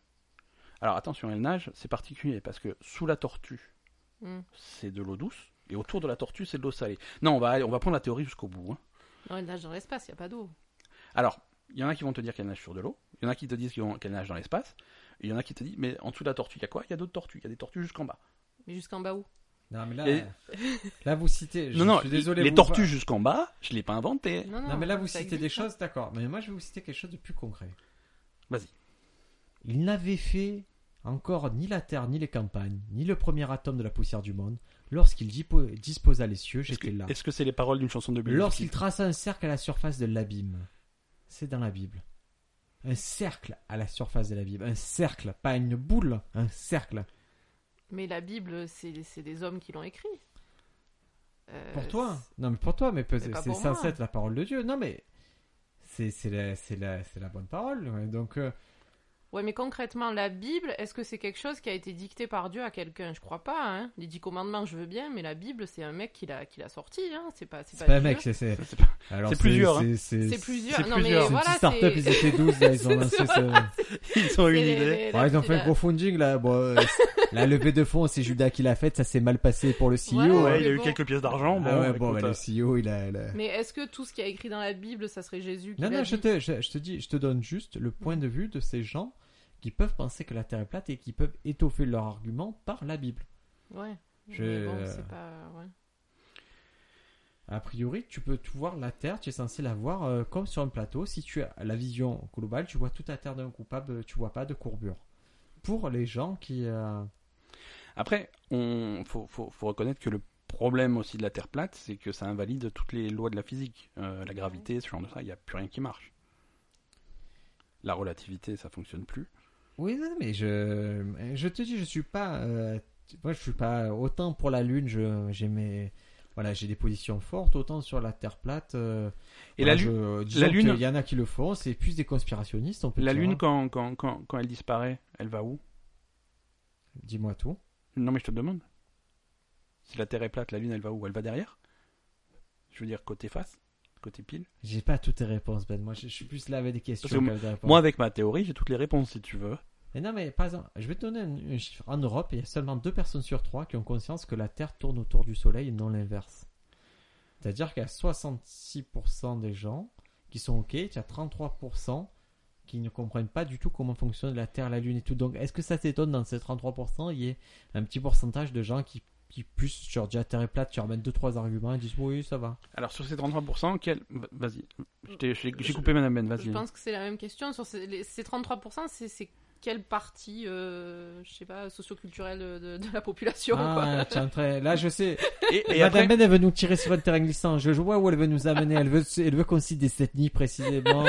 Alors, attention, elle nage, c'est particulier parce que sous la tortue,
hmm.
c'est de l'eau douce et autour de la tortue, c'est de l'eau salée. Non, on va, on va prendre la théorie jusqu'au bout. hein.
Non, elle nage dans l'espace, il n'y a pas d'eau.
Alors, il y en a qui vont te dire qu'elle nage sur de l'eau, il y en a qui te disent qu'ils vont- qu'elle nage dans l'espace, et il y en a qui te disent, mais en dessous de la tortue, il y a quoi Il y a d'autres tortues, il y a des tortues jusqu'en bas.
Mais jusqu'en bas où
Non, mais là,
Et-
là vous citez. Je
non, non,
suis désolé.
les
vous-
tortues jusqu'en bas, je ne l'ai pas inventé.
Non, non,
Non, mais là, vous
ça
citez des
existe, ça.
choses, d'accord. Mais moi, je vais vous citer quelque chose de plus concret.
Vas-y.
Il n'avait fait encore ni la Terre, ni les campagnes, ni le premier atome de la poussière du monde. Lorsqu'il dipo- disposa les cieux,
Est-ce que
j'étais là.
est-ce que c'est les paroles d'une chanson de Bill
Lorsqu'il traça un cercle à la surface de l'abîme. C'est dans la Bible. Un cercle à la surface de la Bible. Un cercle, pas une boule, un cercle.
Mais la Bible, c'est c'est des hommes qui l'ont écrit. Euh,
Pour toi Non, mais pour toi, mais peut-
c'est pas
c'est
pour
censé
moi.
être la parole de Dieu. Non, mais c'est c'est la, c'est la, c'est la bonne parole. ouais. Donc, euh,
Ouais, mais concrètement, la Bible, est-ce que c'est quelque chose qui a été dicté par Dieu à quelqu'un Je crois pas. Hein. Les dix commandements, je veux bien, mais la Bible, c'est un mec qui l'a qui l'a sorti. Hein. C'est pas,
c'est pas un
Dieu.
mec, c'est- c'est.
C'est pas-
alors,
c'est plusieurs, hein.
C'est c'est-
C'est plusieurs.
c'est
Non,
plusieurs.
mais
c'est une
voilà,
petite start-up, ils étaient 12, là, ils ont
C'est
lancé
ça.
ce.
Ils ont eu l'idée.
Ouais, ils ont fait un crowdfunding là. Bon, euh, la levée de fonds, c'est Judas qui l'a faite, ça s'est mal passé pour le CEO.
Ouais,
Ouais,
hein.
mais
il y a eu
bon.
quelques pièces d'argent. Bon,
Ah ouais,
écoute,
bon, bah,
euh,
le CEO, il a. il a-
Mais est-ce que tout ce qui a écrit dans la Bible, ça serait Jésus qui
Non,
l'a
non, je
dit
te, je, je te dis, je te donne juste le point de vue de ces gens qui peuvent penser que la Terre est plate et qui peuvent étoffer leur argument par la Bible.
Ouais.
Je-
Mais bon, c'est pas. ouais.
A priori, tu peux tout voir la Terre, tu es censé la voir euh, comme sur un plateau. Si tu as la vision globale, tu vois toute la Terre d'un coupable, tu vois pas de courbure. Pour les gens qui. euh,
Après, on faut, faut, faut reconnaître que le problème aussi de la Terre plate, c'est que ça invalide toutes les lois de la physique. Euh, la gravité, ce genre de ça, il n'y a plus rien qui marche. La relativité, ça fonctionne plus.
Oui, non, mais je, je te dis, je suis pas, euh, moi, je suis pas autant pour la Lune. Je, j'ai mes, voilà, j'ai des positions fortes. Autant sur la Terre plate. euh,
Et
voilà,
la Lune,
je- disons
la Lune-
qu'il y en a qui le font. C'est plus des conspirationnistes. On peut
la
dire,
lune
hein.
quand, quand, quand, quand elle disparaît, elle va où
hein. Dis-moi tout.
Non, mais je te demande. Si la Terre est plate, la Lune, elle va où Elle va derrière Je veux dire, côté face Côté pile
J'ai pas toutes tes réponses, Ben. Moi, je, je suis plus là avec des questions.
Parce que
qu'avec des réponses.
Moi, avec ma théorie, j'ai toutes les réponses, si tu veux.
Mais non, mais par exemple, je vais te donner un, un chiffre. En Europe, il y a seulement deux personnes sur trois qui ont conscience que la Terre tourne autour du Soleil et non l'inverse. C'est-à-dire qu'il y a 66% des gens qui sont OK, il y a 33% qui ne comprennent pas du tout comment fonctionne la Terre, la Lune et tout. Donc, est-ce que ça t'étonne dans ces 33%, il y ait un petit pourcentage de gens qui, qui puissent, sur dire la Terre est plate, tu ramènes 2-3 arguments et disent oui, ça va.
Alors, sur ces 33%, quel... va- Vas-y. Je t'ai- J'ai j'ai coupé Madame Ben,
Je
vas-y.
pense que c'est la même question. Sur ces, les- ces 33%, c'est- c'est quelle partie, euh, je sais pas, socioculturelle de, de- de la population quoi.
Ah, tiens, très... Là, je sais.
Et, et
Madame
après,
Ben, elle veut nous tirer sur le terrain glissant. Je vois où elle veut nous amener. Elle veut, elle veut qu'on cite des ethnies précisément.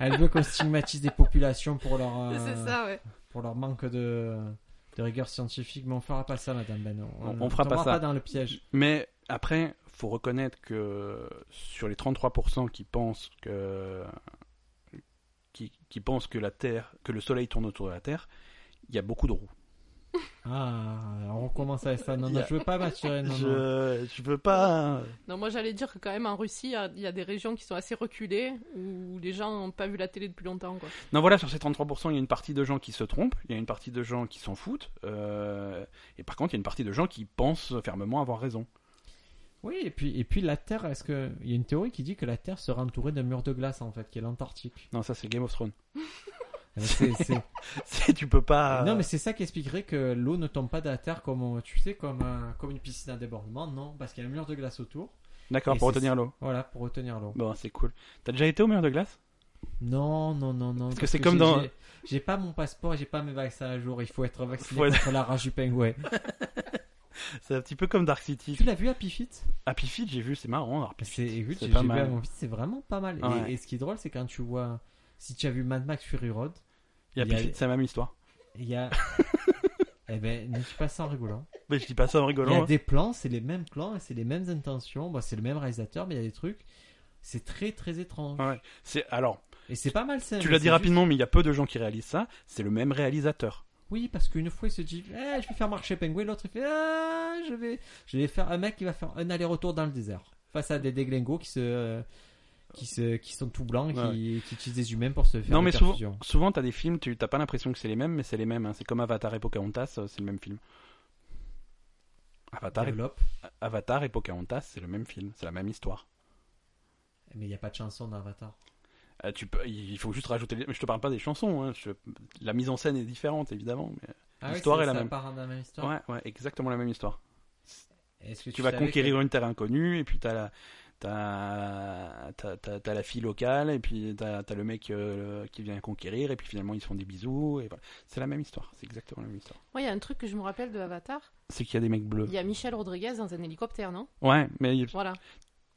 elle veut qu'on stigmatise des populations pour leur, euh,
C'est ça, ouais.
pour leur manque de, de rigueur scientifique. Mais on fera pas ça, Madame Ben.
On- on fera pas
tombera
ça.
dans le piège.
Mais après, faut reconnaître que sur les 33% qui pensent que qui, qui pensent que la Terre, que le Soleil tourne autour de la Terre, il y a beaucoup de roues.
Ah, on recommence avec ça. Non, non,
Yeah.
je veux pas m'assurer. Non, non.
je, je veux pas.
Non, moi j'allais dire que quand même en Russie, il y a- il y, a des régions qui sont assez reculées où les gens n'ont pas vu la télé depuis longtemps. Quoi.
Non, voilà, sur ces 33%, il y a une partie de gens qui se trompent, il y a une partie de gens qui s'en foutent, euh, et par contre, il y a une partie de gens qui pensent fermement avoir raison.
Oui, et puis, et puis la Terre, est-ce que, il y a une théorie qui dit que la Terre serait entourée d'un mur de glace, en fait, qui est l'Antarctique.
Non, ça c'est Game of Thrones.
C'est- c'est-
C'est- tu peux pas.
Non, mais c'est ça qui expliquerait que l'eau ne tombe pas de la terre comme, on- tu sais, comme, un- comme une piscine à débordement. Non, parce qu'il y a un mur de glace autour.
D'accord,
Et
pour
c'est-
retenir l'eau.
Voilà, pour retenir l'eau.
Bon, c'est cool. T'as déjà été au mur de glace
Non, non, non, non.
que c'est comme
j'ai-
dans-
j'ai- J'ai pas mon passeport, j'ai pas mes vaccins à jour. Il faut être vacciné
Faut être-
contre la rage du pingouin.
C'est un petit peu comme Dark City.
tu l'as vu à Pifit
Happy Feet, j'ai vu, c'est marrant. Happy
C'est
Feet,
écoute,
c'est
j'ai
pas
j'ai vu
mal.
à mon fils, c'est vraiment pas mal. Et-
Ouais.
Et, ce qui est drôle, c'est quand tu vois. Si tu as vu Mad Max Fury Road,
Et Happy
Il y a-
Feet, c'est la même histoire.
il y a. Eh ben, ne dis pas ça en rigolant.
Mais je dis pas ça en
Il y a
rigolant. hein.
des plans, c'est les mêmes plans, et c'est les mêmes intentions. Bon, c'est le même réalisateur, mais il y a des trucs. C'est très très étrange.
Ouais. C'est alors,
Et c'est pas mal ça.
tu
mais
l'as
c'est
dit rapidement, mais il y a peu de gens qui réalisent ça. C'est le même réalisateur.
juste- Oui, parce qu'une fois il se dit, Eh, je vais faire marcher Penguin, l'autre il fait, ah, je vais, je vais faire un mec qui va faire un aller-retour dans le désert face à des déglingos qui se, qui se, qui sont tout blancs,
Ouais,
qui, qui utilisent des humains pour se faire.
non,
des
mais souvent,
perfusions.
souvent t'as des films, tu t'as pas l'impression que c'est les mêmes, mais c'est les mêmes. hein. C'est comme Avatar et Pocahontas, euh, c'est le même film. Avatar et,
Développe.
Avatar et Pocahontas, c'est le même film, c'est la même histoire.
Mais il n'y a pas de chanson dans Avatar.
Euh, tu peux, il faut juste rajouter. les- Mais je te parle pas des chansons. hein. Je- la mise en scène est différente, évidemment. mais-
Ah oui,
L'histoire
c'est-
est la
ça
même.
part dans la même histoire.
Ouais, ouais, exactement la même histoire.
Est-ce que
Tu vas
savais que-
conquérir une terre inconnue, et puis t'as la, t'as, t'as, t'as- t'as la fille locale, et puis t'as, t'as le mec euh, qui vient conquérir, et puis finalement ils se font des bisous. Et voilà. C'est la même histoire. C'est exactement la même histoire.
Moi, il y a un truc que je me rappelle de Avatar.
C'est qu'il y a des mecs bleus.
Il y a Michel Rodriguez dans un hélicoptère, non
Ouais, mais il-
Voilà.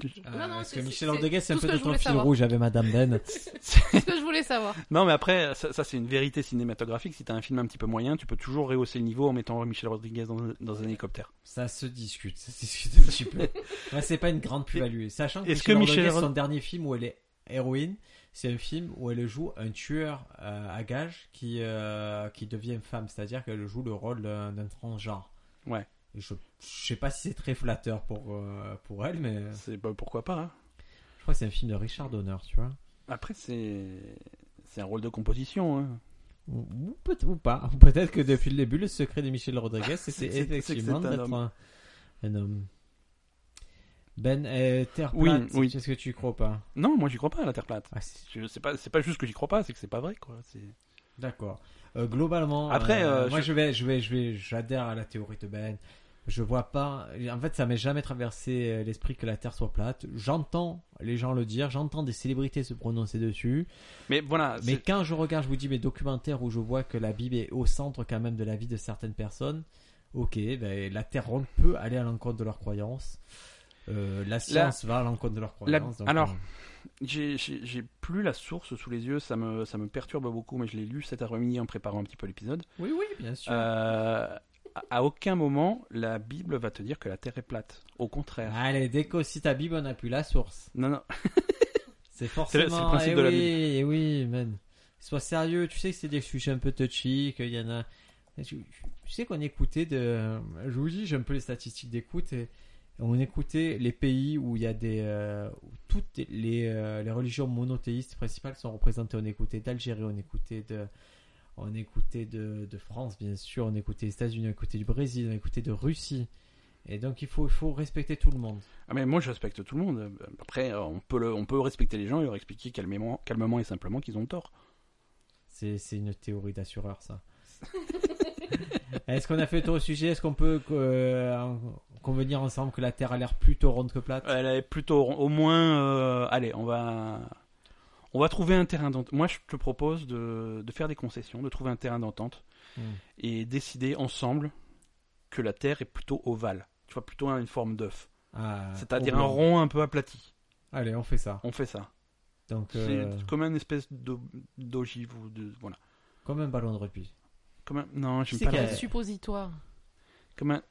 Euh,
Non, non,
parce
c'est-
que
c'est-
Michel
c'est
Ortega, c'est un
tout
peu
ce Ah, que
de
je
ton
voulais
fil
savoir.
rouge avec Madame Ben.
C'est ce que je voulais savoir.
non, mais après, ça, ça, c'est une vérité cinématographique. Si t'as un film un petit peu moyen, tu peux toujours rehausser le niveau en mettant Michel Rodriguez dans, dans un hélicoptère.
Ça se discute, ça se discute un petit peu. Moi, c'est pas une grande plus-value. Sachant que
Est-ce
Michel
que Michel
Ortega,
Ro-
son dernier film où elle est héroïne, c'est un film où elle joue un tueur euh, à gages qui, euh, qui devient femme, c'est-à-dire qu'elle joue le rôle d'un d'un transgenre.
Ouais.
Et Je, je sais pas si c'est très flatteur pour, euh, pour elle, mais je
C'est bah, pourquoi pas. hein.
crois que c'est un film de Richard Donner, tu vois.
Après, c'est c'est un rôle de composition. hein.
Ou, ou peut- ou pas. Ou Peut-être que depuis le début, le secret de Michel Rodriguez,
C'est-
c'était
c'est-
effectivement
c'est que c'est un
d'être
homme.
un, un homme. Ben, euh, Terre
Oui,
plate,
oui.
est-ce que tu y crois ou pas
Non, moi j'y crois pas à la Terre plate.
Ah, c'est-
Je- C'est pas c'est pas juste que j'y crois pas, c'est que c'est pas vrai quoi. C'est-
D'accord. Euh, globalement,
Après,
euh,
euh,
moi
je-
je vais, je vais, je vais, j'adhère à la théorie de Ben. Je vois pas. En fait, ça m'est jamais traversé euh, l'esprit que la Terre soit plate. J'entends les gens le dire, j'entends des célébrités se prononcer dessus.
Mais voilà,
Mais
c'est-
quand je regarde, je vous dis, mes documentaires où je vois que la Bible est au centre quand même de la vie de certaines personnes, ok, ben, la Terre ronde peut aller à l'encontre de leurs croyances. Euh, la science va à l'encontre de leurs
la-
croyances. donc,
alors,
euh,
j'ai- j'ai j'ai plus la source sous les yeux, ça me ça me perturbe beaucoup, mais je l'ai lu cet après-midi en préparant un petit peu l'épisode.
oui, oui, bien sûr.
Euh, à- à aucun moment la Bible va te dire que la Terre est plate. Au contraire.
Allez, dès que si ta Bible, on n'a plus la source.
Non, non.
C'est
le
forcément.
principe
eh
de la
oui, eh oui, man. Sois sérieux. Tu sais que c'est des sujets un peu touchy, qu'il y en a. Tu tu sais qu'on écoutait de. Je vous dis, j'ai un peu les statistiques d'écoute. et On écoutait les pays où il y a des. euh, où toutes les, euh, les religions monothéistes principales sont représentées. On écoutait d'Algérie, on écoutait de. On écoutait de, de France, bien sûr. On écoutait des États-Unis, on écoutait du Brésil, on écoutait de Russie. Et donc, il faut, il faut respecter tout le monde.
Ah, mais moi je respecte tout le monde. Après, euh, on peut le- on peut respecter les gens et leur expliquer calmement calmement et simplement qu'ils ont tort.
C'est c'est une théorie d'assureur, ça. Est-ce qu'on a fait le tour du sujet Est-ce qu'on peut euh, en- convenir ensemble que la Terre a l'air plutôt ronde que plate
Elle est plutôt au moins. euh, allez, on va on va trouver un terrain d'entente. Moi, je te propose de, de faire des concessions, de trouver un terrain d'entente
Mm.
et décider ensemble que la Terre est plutôt ovale. Tu vois, plutôt une forme d'œuf.
Ah,
C'est-à-dire un
oblong.
rond un peu aplati.
Allez, on fait ça.
On fait ça.
Donc, euh,
C'est comme une espèce d'o- d'ogive ou de voilà.
comme un ballon de rugby.
Comme un- Non,
Tu
j'aime
sais
pas.
qu'il y
le-
a-
C'est suppositoire.
Comme un.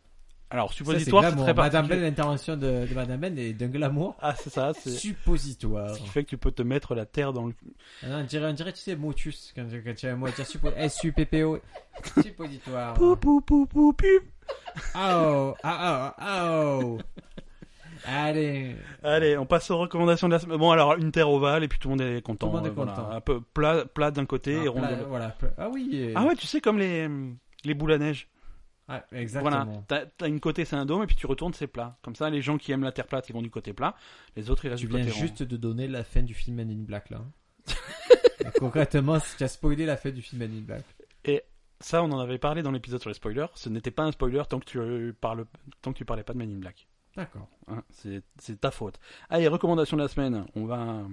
Alors
Ça, c'est
suppositoire, c'est
glamour.
très
Madame Ben,
particulier.
l'intervention de, de Madame Ben est d'un glamour
Ah, c'est ça. C'est
suppositoire.
ce qui fait que tu peux te mettre la Terre dans le.
Ah non, on, dirait, on dirait, tu sais, motus, quand, quand tu as un mot à dire suppo- S-U-P-P-O. suppositoire.
Pou pou pou pou pou.
Ah oh, ah oh, ah oh. Allez,
Allez, on passe aux recommandations de la semaine. Bon, alors, une terre ovale, et puis tout le monde est content.
Tout le monde est
Euh, voilà.
content.
Un peu plat, plat d'un côté
Ah,
et rond de
pla-
l'autre.
voilà, pla- Ah oui. euh,
Ah ouais, tu sais, comme les, hum, les boules à neige.
ah, exactement.
Voilà, t'as- t'as une côté, c'est un dôme, et puis tu retournes, c'est plat. Comme ça, les gens qui aiment la terre plate, ils vont du côté plat. Les autres, ils restent
Tu
du
viens
côté rond.
juste de donner la fin du film Men in Black là. hein. Concrètement, tu as spoilé la fin du film Men in Black.
Ça, on en avait parlé dans l'épisode sur les spoilers. Ce n'était pas un spoiler tant que tu, euh, parles, tant que tu parlais pas de Man in Black.
D'accord.
Hein, c'est c'est ta faute. Allez, recommandations de la semaine. On va.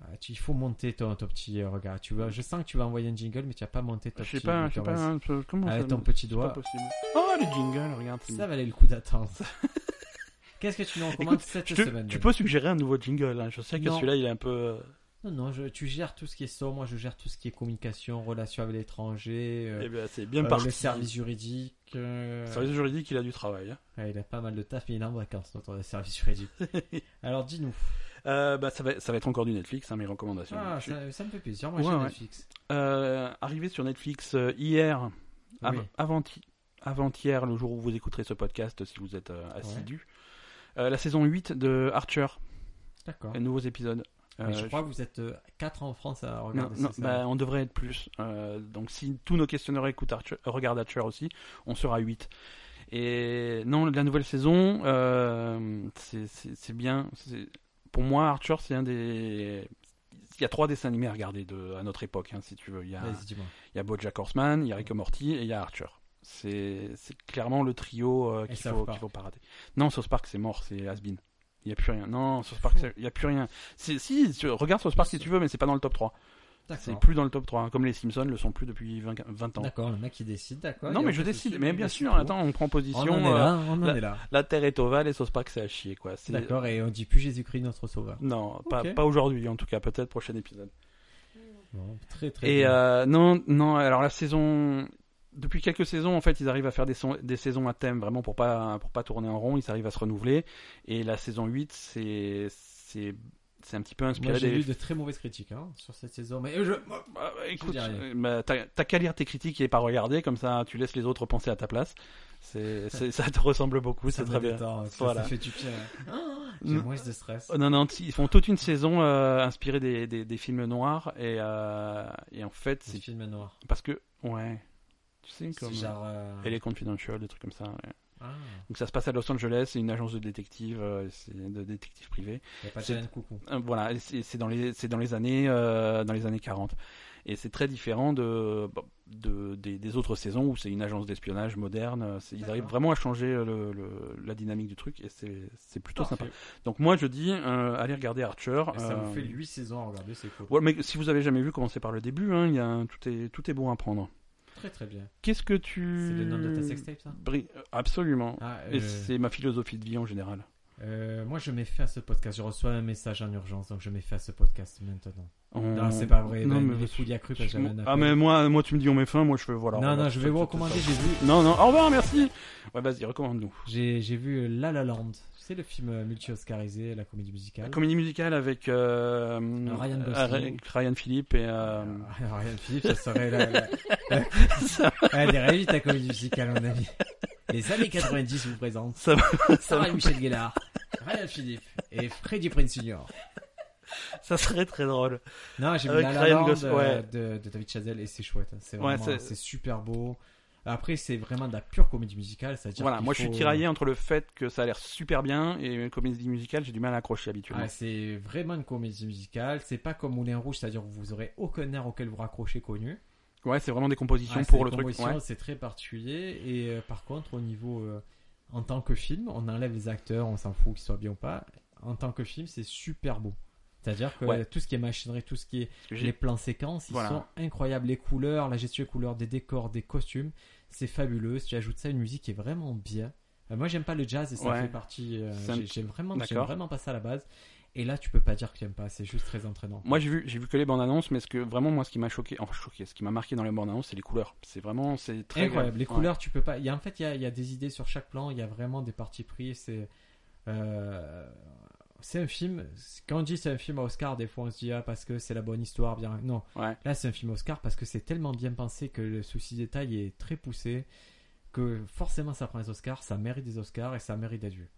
Ah, tu- il faut monter ton, ton petit euh, regard. Tu vas, je sens que tu vas envoyer un jingle, mais tu n'as pas monté ton
Je sais
petit
pas, je sais
ton-
pas. hein, Comment
Avec
ça
ton petit
C'est pas
doigt.
possible. Oh, le jingle, regarde. c'est
Ça valait le coup d'attendre. Qu'est-ce que tu nous recommandes
Écoute,
cette
Je te-
semaine
tu
Ben
peux suggérer un nouveau jingle. hein. Je sais que
Non.
celui-là, il est un peu. euh,
Non, non, je- tu gères tout ce qui est sort, moi je gère tout ce qui est communication, relation avec l'étranger, euh,
Eh bien, c'est bien
euh,
parti.
le service juridique. euh,
Le service juridique, il a du travail. hein.
ouais, il a pas mal de taf, mais il est en vacances, notre service juridique. Alors dis-nous.
Euh, bah, ça, va, ça va être encore du Netflix, hein, mes recommandations.
Ah,
là-dessus.
ça, ça me fait plaisir, moi
Ouais,
j'ai
ouais.
Netflix.
Euh, arrivé sur Netflix euh, hier, av-
Oui.
avant-hi- avant-hier, le jour où vous écouterez ce podcast, si vous êtes euh, assidu, euh, la saison 8 de Archer,
D'accord.
euh, nouveaux épisodes.
Ah. Mais je
Euh,
crois que vous êtes 4 en France à
Non,
regarder
non,
ça.
bah, on devrait être plus. Euh, donc si tous nos questionnaires écoutent Archer, euh, regardent Archer aussi, on sera 8. Et non, la nouvelle saison, euh, c'est- c'est c'est bien. C'est- Pour moi, Archer, c'est un des... Il y a trois dessins animés à regarder de, à notre époque, hein, si tu veux. Il y a,
Ah, Vas-y, dis-moi.
il y a BoJack Horseman, il y a Rick and Morty et il y a Archer. C'est c'est clairement le trio euh,
Et
qu'il
South
faut,
Park.
qu'il faut pas rater. Non, South Park, c'est mort, c'est has-been. Il n'y a plus rien. Non, South Park,
Fou.
c'est- il n'y a plus rien. C'est- Si, tu- regarde South Park si tu veux, mais c'est pas dans le top 3. C'est
D'accord.
plus dans le top 3, hein, comme les Simpsons le sont plus depuis 20, 20 ans.
D'accord, le mec qui décide, d'accord.
non,
il y a
mais je
aucun
décide,
souci,
mais
il
bien
décide
sûr,
pour.
attends, on prend
Oh, On
position.
en est
euh,
là, on en
la-
est là.
la terre est ovale et South Park, c'est à chier, quoi. C'est-
D'accord, et on dit plus Jésus-Christ notre sauveur.
Non, pas,
Ok.
pas aujourd'hui, en tout cas, peut-être prochain épisode.
Bon, très très
Et
bien.
euh, non, non, alors la saison. Depuis quelques saisons, en fait, ils arrivent à faire des, son- des saisons à thème, vraiment pour pas, pour pas tourner en rond, ils arrivent à se renouveler. Et la saison 8, c'est. C'est c'est un petit peu inspiré
Moi j'ai
des.
lu de très mauvaises critiques hein, sur cette saison, mais je...
Bah, bah, écoute,
dis rien.
euh, bah, t'as t'as qu'à lire tes critiques et pas regarder, comme ça tu laisses les autres penser à ta place. C'est, c'est- ça te ressemble beaucoup,
ça
c'est
me
très bien.
détend, ça,
Voilà.
ça fait du bien. Ah, J'ai
Mm.
moins de stress.
Oh, Non, non, ils font toute une saison euh, inspirée des, des, des films noirs et, euh, et en fait,
C'est
c'est
film noir.
parce que, ouais, tu sais,
C'est
comme
genre. euh,
Elle est confidential, des trucs comme ça. ouais.
Ah,
Donc ça se passe à Los Angeles, c'est une agence de détectives, euh, c'est de détectives privés.
y a pas de
C'est-
Jeanne coucou.
Euh, voilà, et c'est c'est dans les c'est dans les années euh, dans les années 40 et c'est très différent de, bon, de- des, des autres saisons où c'est une agence d'espionnage moderne. C'est- Ils
D'accord.
arrivent vraiment à changer le, le- la dynamique du truc et c'est c'est plutôt
Parfait.
sympa. Donc moi je dis euh, allez regarder Archer.
Et Ça vous
euh,
fait 8 saisons à regarder, c'est cool.
ouais, mais si vous avez jamais vu, commencez par le début. Hein, il y a un- tout est tout est bon à prendre.
Très très bien.
Qu'est-ce que
C'est
tu
le nom de ta sextape ça
Bri- Absolument.
Ah,
Et
euh,
c'est ma philosophie de vie en général.
euh, moi je mets fin à ce podcast. Je reçois un message en urgence, donc je mets fin à ce podcast maintenant.
On-
Non, c'est pas vrai.
Euh, Non,
ben,
mais-
il est fou, il y a cru parce que j'avais un
Ah
appel.
mais moi, moi tu me dis on met fin, moi je fais voilà.
Non,
voilà,
non, je
ça-
vais vous
ça-
recommander.
ça-
J'ai vu,
Non, non, au revoir, merci. Ouais, vas-y, recommande-nous.
j'ai, j'ai vu euh, La La Land. C'est le film euh, multi-oscarisé, la comédie musicale.
La comédie musicale avec euh,
Ryan Gosling.
avec Ryan Philippe et euh,
Alors, Ryan Philippe, ça serait la. la- la- Elle est réduite à comédie musicale, mon ami. Les années 90 vous présentent
ça va, ça,
Sarah Michel Gellar, Ryan Philippe et Freddie Prinze Jr.
ça serait très drôle.
Non, j'ai vu
Avec
La La
Ryan
Land
Gosling,
euh, de, de David Chazelle et c'est chouette. hein. C'est
Ouais,
vraiment,
c'est-
c'est super beau. Après, c'est vraiment de la pure comédie musicale. C'est-à-dire
Voilà,
qu'il
moi je suis
faut- euh,
tiraillé entre le fait que ça a l'air super bien et une comédie musicale, j'ai du mal à accrocher habituellement.
Ah, c'est vraiment une comédie musicale. C'est pas comme Moulin Rouge, c'est-à-dire que vous aurez aucun air auquel vous raccrochez connu.
ouais, c'est vraiment des compositions
Ah, c'est
pour
des
le truc.
compositions,
Ouais.
C'est très particulier. Et euh, par contre, au niveau euh, en tant que film, on enlève les acteurs, on s'en fout qu'ils soient bien ou pas. En tant que film, c'est super beau. C'est-à-dire que
Ouais.
tout ce qui est machinerie, tout ce qui est
Parce que j'ai-
les plans séquences, ils
Voilà.
sont incroyables. Les couleurs, la gestion des couleurs, des décors, des costumes, c'est fabuleux. Si tu ajoutes ça, une musique qui est vraiment bien. Euh, moi, j'aime pas le jazz et ça
Ouais.
fait partie. euh,
C'est un-
j'ai- J'aime vraiment, j'aime
D'accord.
vraiment pas ça à la base. Et là, tu peux pas dire que t'aimes pas. C'est juste très entraînant.
Moi j'ai vu, j'ai vu que les bandes annonces, mais ce que vraiment moi ce qui m'a choqué, enfin choqué, ce qui m'a marqué dans les bandes annonces, c'est les couleurs. C'est vraiment, c'est très
incroyable. Les
Ouais.
couleurs, tu peux pas. Il y a, en fait, il y a, il y a des idées sur chaque plan. Il y a vraiment des parties pris. C'est euh, c'est un film. Quand on dit c'est un film à Oscar, des fois on se dit ah parce que c'est la bonne histoire. Bien non.
Ouais.
Là, c'est un film Oscar parce que c'est tellement bien pensé que le souci de détail est très poussé que forcément ça prend les Oscars, ça mérite des Oscars et ça mérite d'être vu.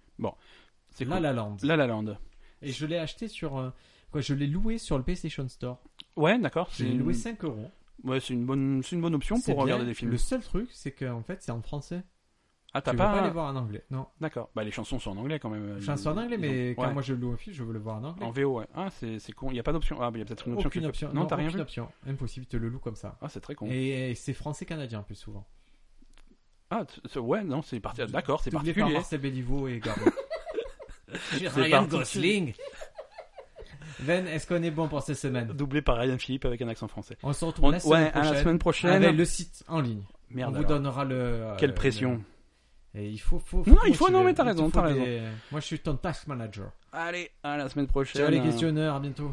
C'est
Là,
cool.
la lande.
La La Land.
Et je l'ai acheté sur un- quoi Je l'ai loué sur le PlayStation Store.
Ouais, d'accord.
Je
C'est
l'ai
une...
loué 5 euros.
ouais, c'est une bonne, c'est une bonne option
C'est
pour regarder
bien.
des films.
Le seul truc, c'est qu'en fait, c'est en français.
Ah,
Tu
t'as
peux
pas,
pas les voir en anglais. Non.
D'accord. Bah, les chansons sont en anglais quand même. euh,
Enfin, c'est en anglais,
Ils
mais
ont-
quand
ouais.
moi je le loue au film, je veux le voir en anglais.
En VO, ouais. Ah, c'est c'est con. Il n'y a pas d'option. Ah, il y a peut-être une option.
aucune
qui-
option.
Non, t'as rien
aucune
vu.
option. Impossible, tu le loues comme ça.
Ah, c'est très con.
Et c'est français-canadien, plus souvent.
Ah, t- t- ouais, non, c'est parti. D'accord, c'est
Doublé par
particulier.
Marcel Béliveau et Garo.
C'est
J'ai Ryan
parti.
Gosling. Ven, est-ce qu'on est bon pour cette semaine
Doublé par Ryan Philippe avec un accent français.
On se retrouve
On-
la
ouais,
semaine
à
prochaine.
la semaine prochaine.
Avec le site en ligne.
Merde.
On vous
alors.
donnera le. euh,
Quelle
le-
pression.
Et il faut, faut,
Non,
faut-
il faut-
tu
non,
le-
mais t'as
il te
raison,
faut
t'as
des- Moi, je suis ton task manager.
Allez, à la semaine prochaine.
Ciao les
Euh,
questionneurs, à bientôt.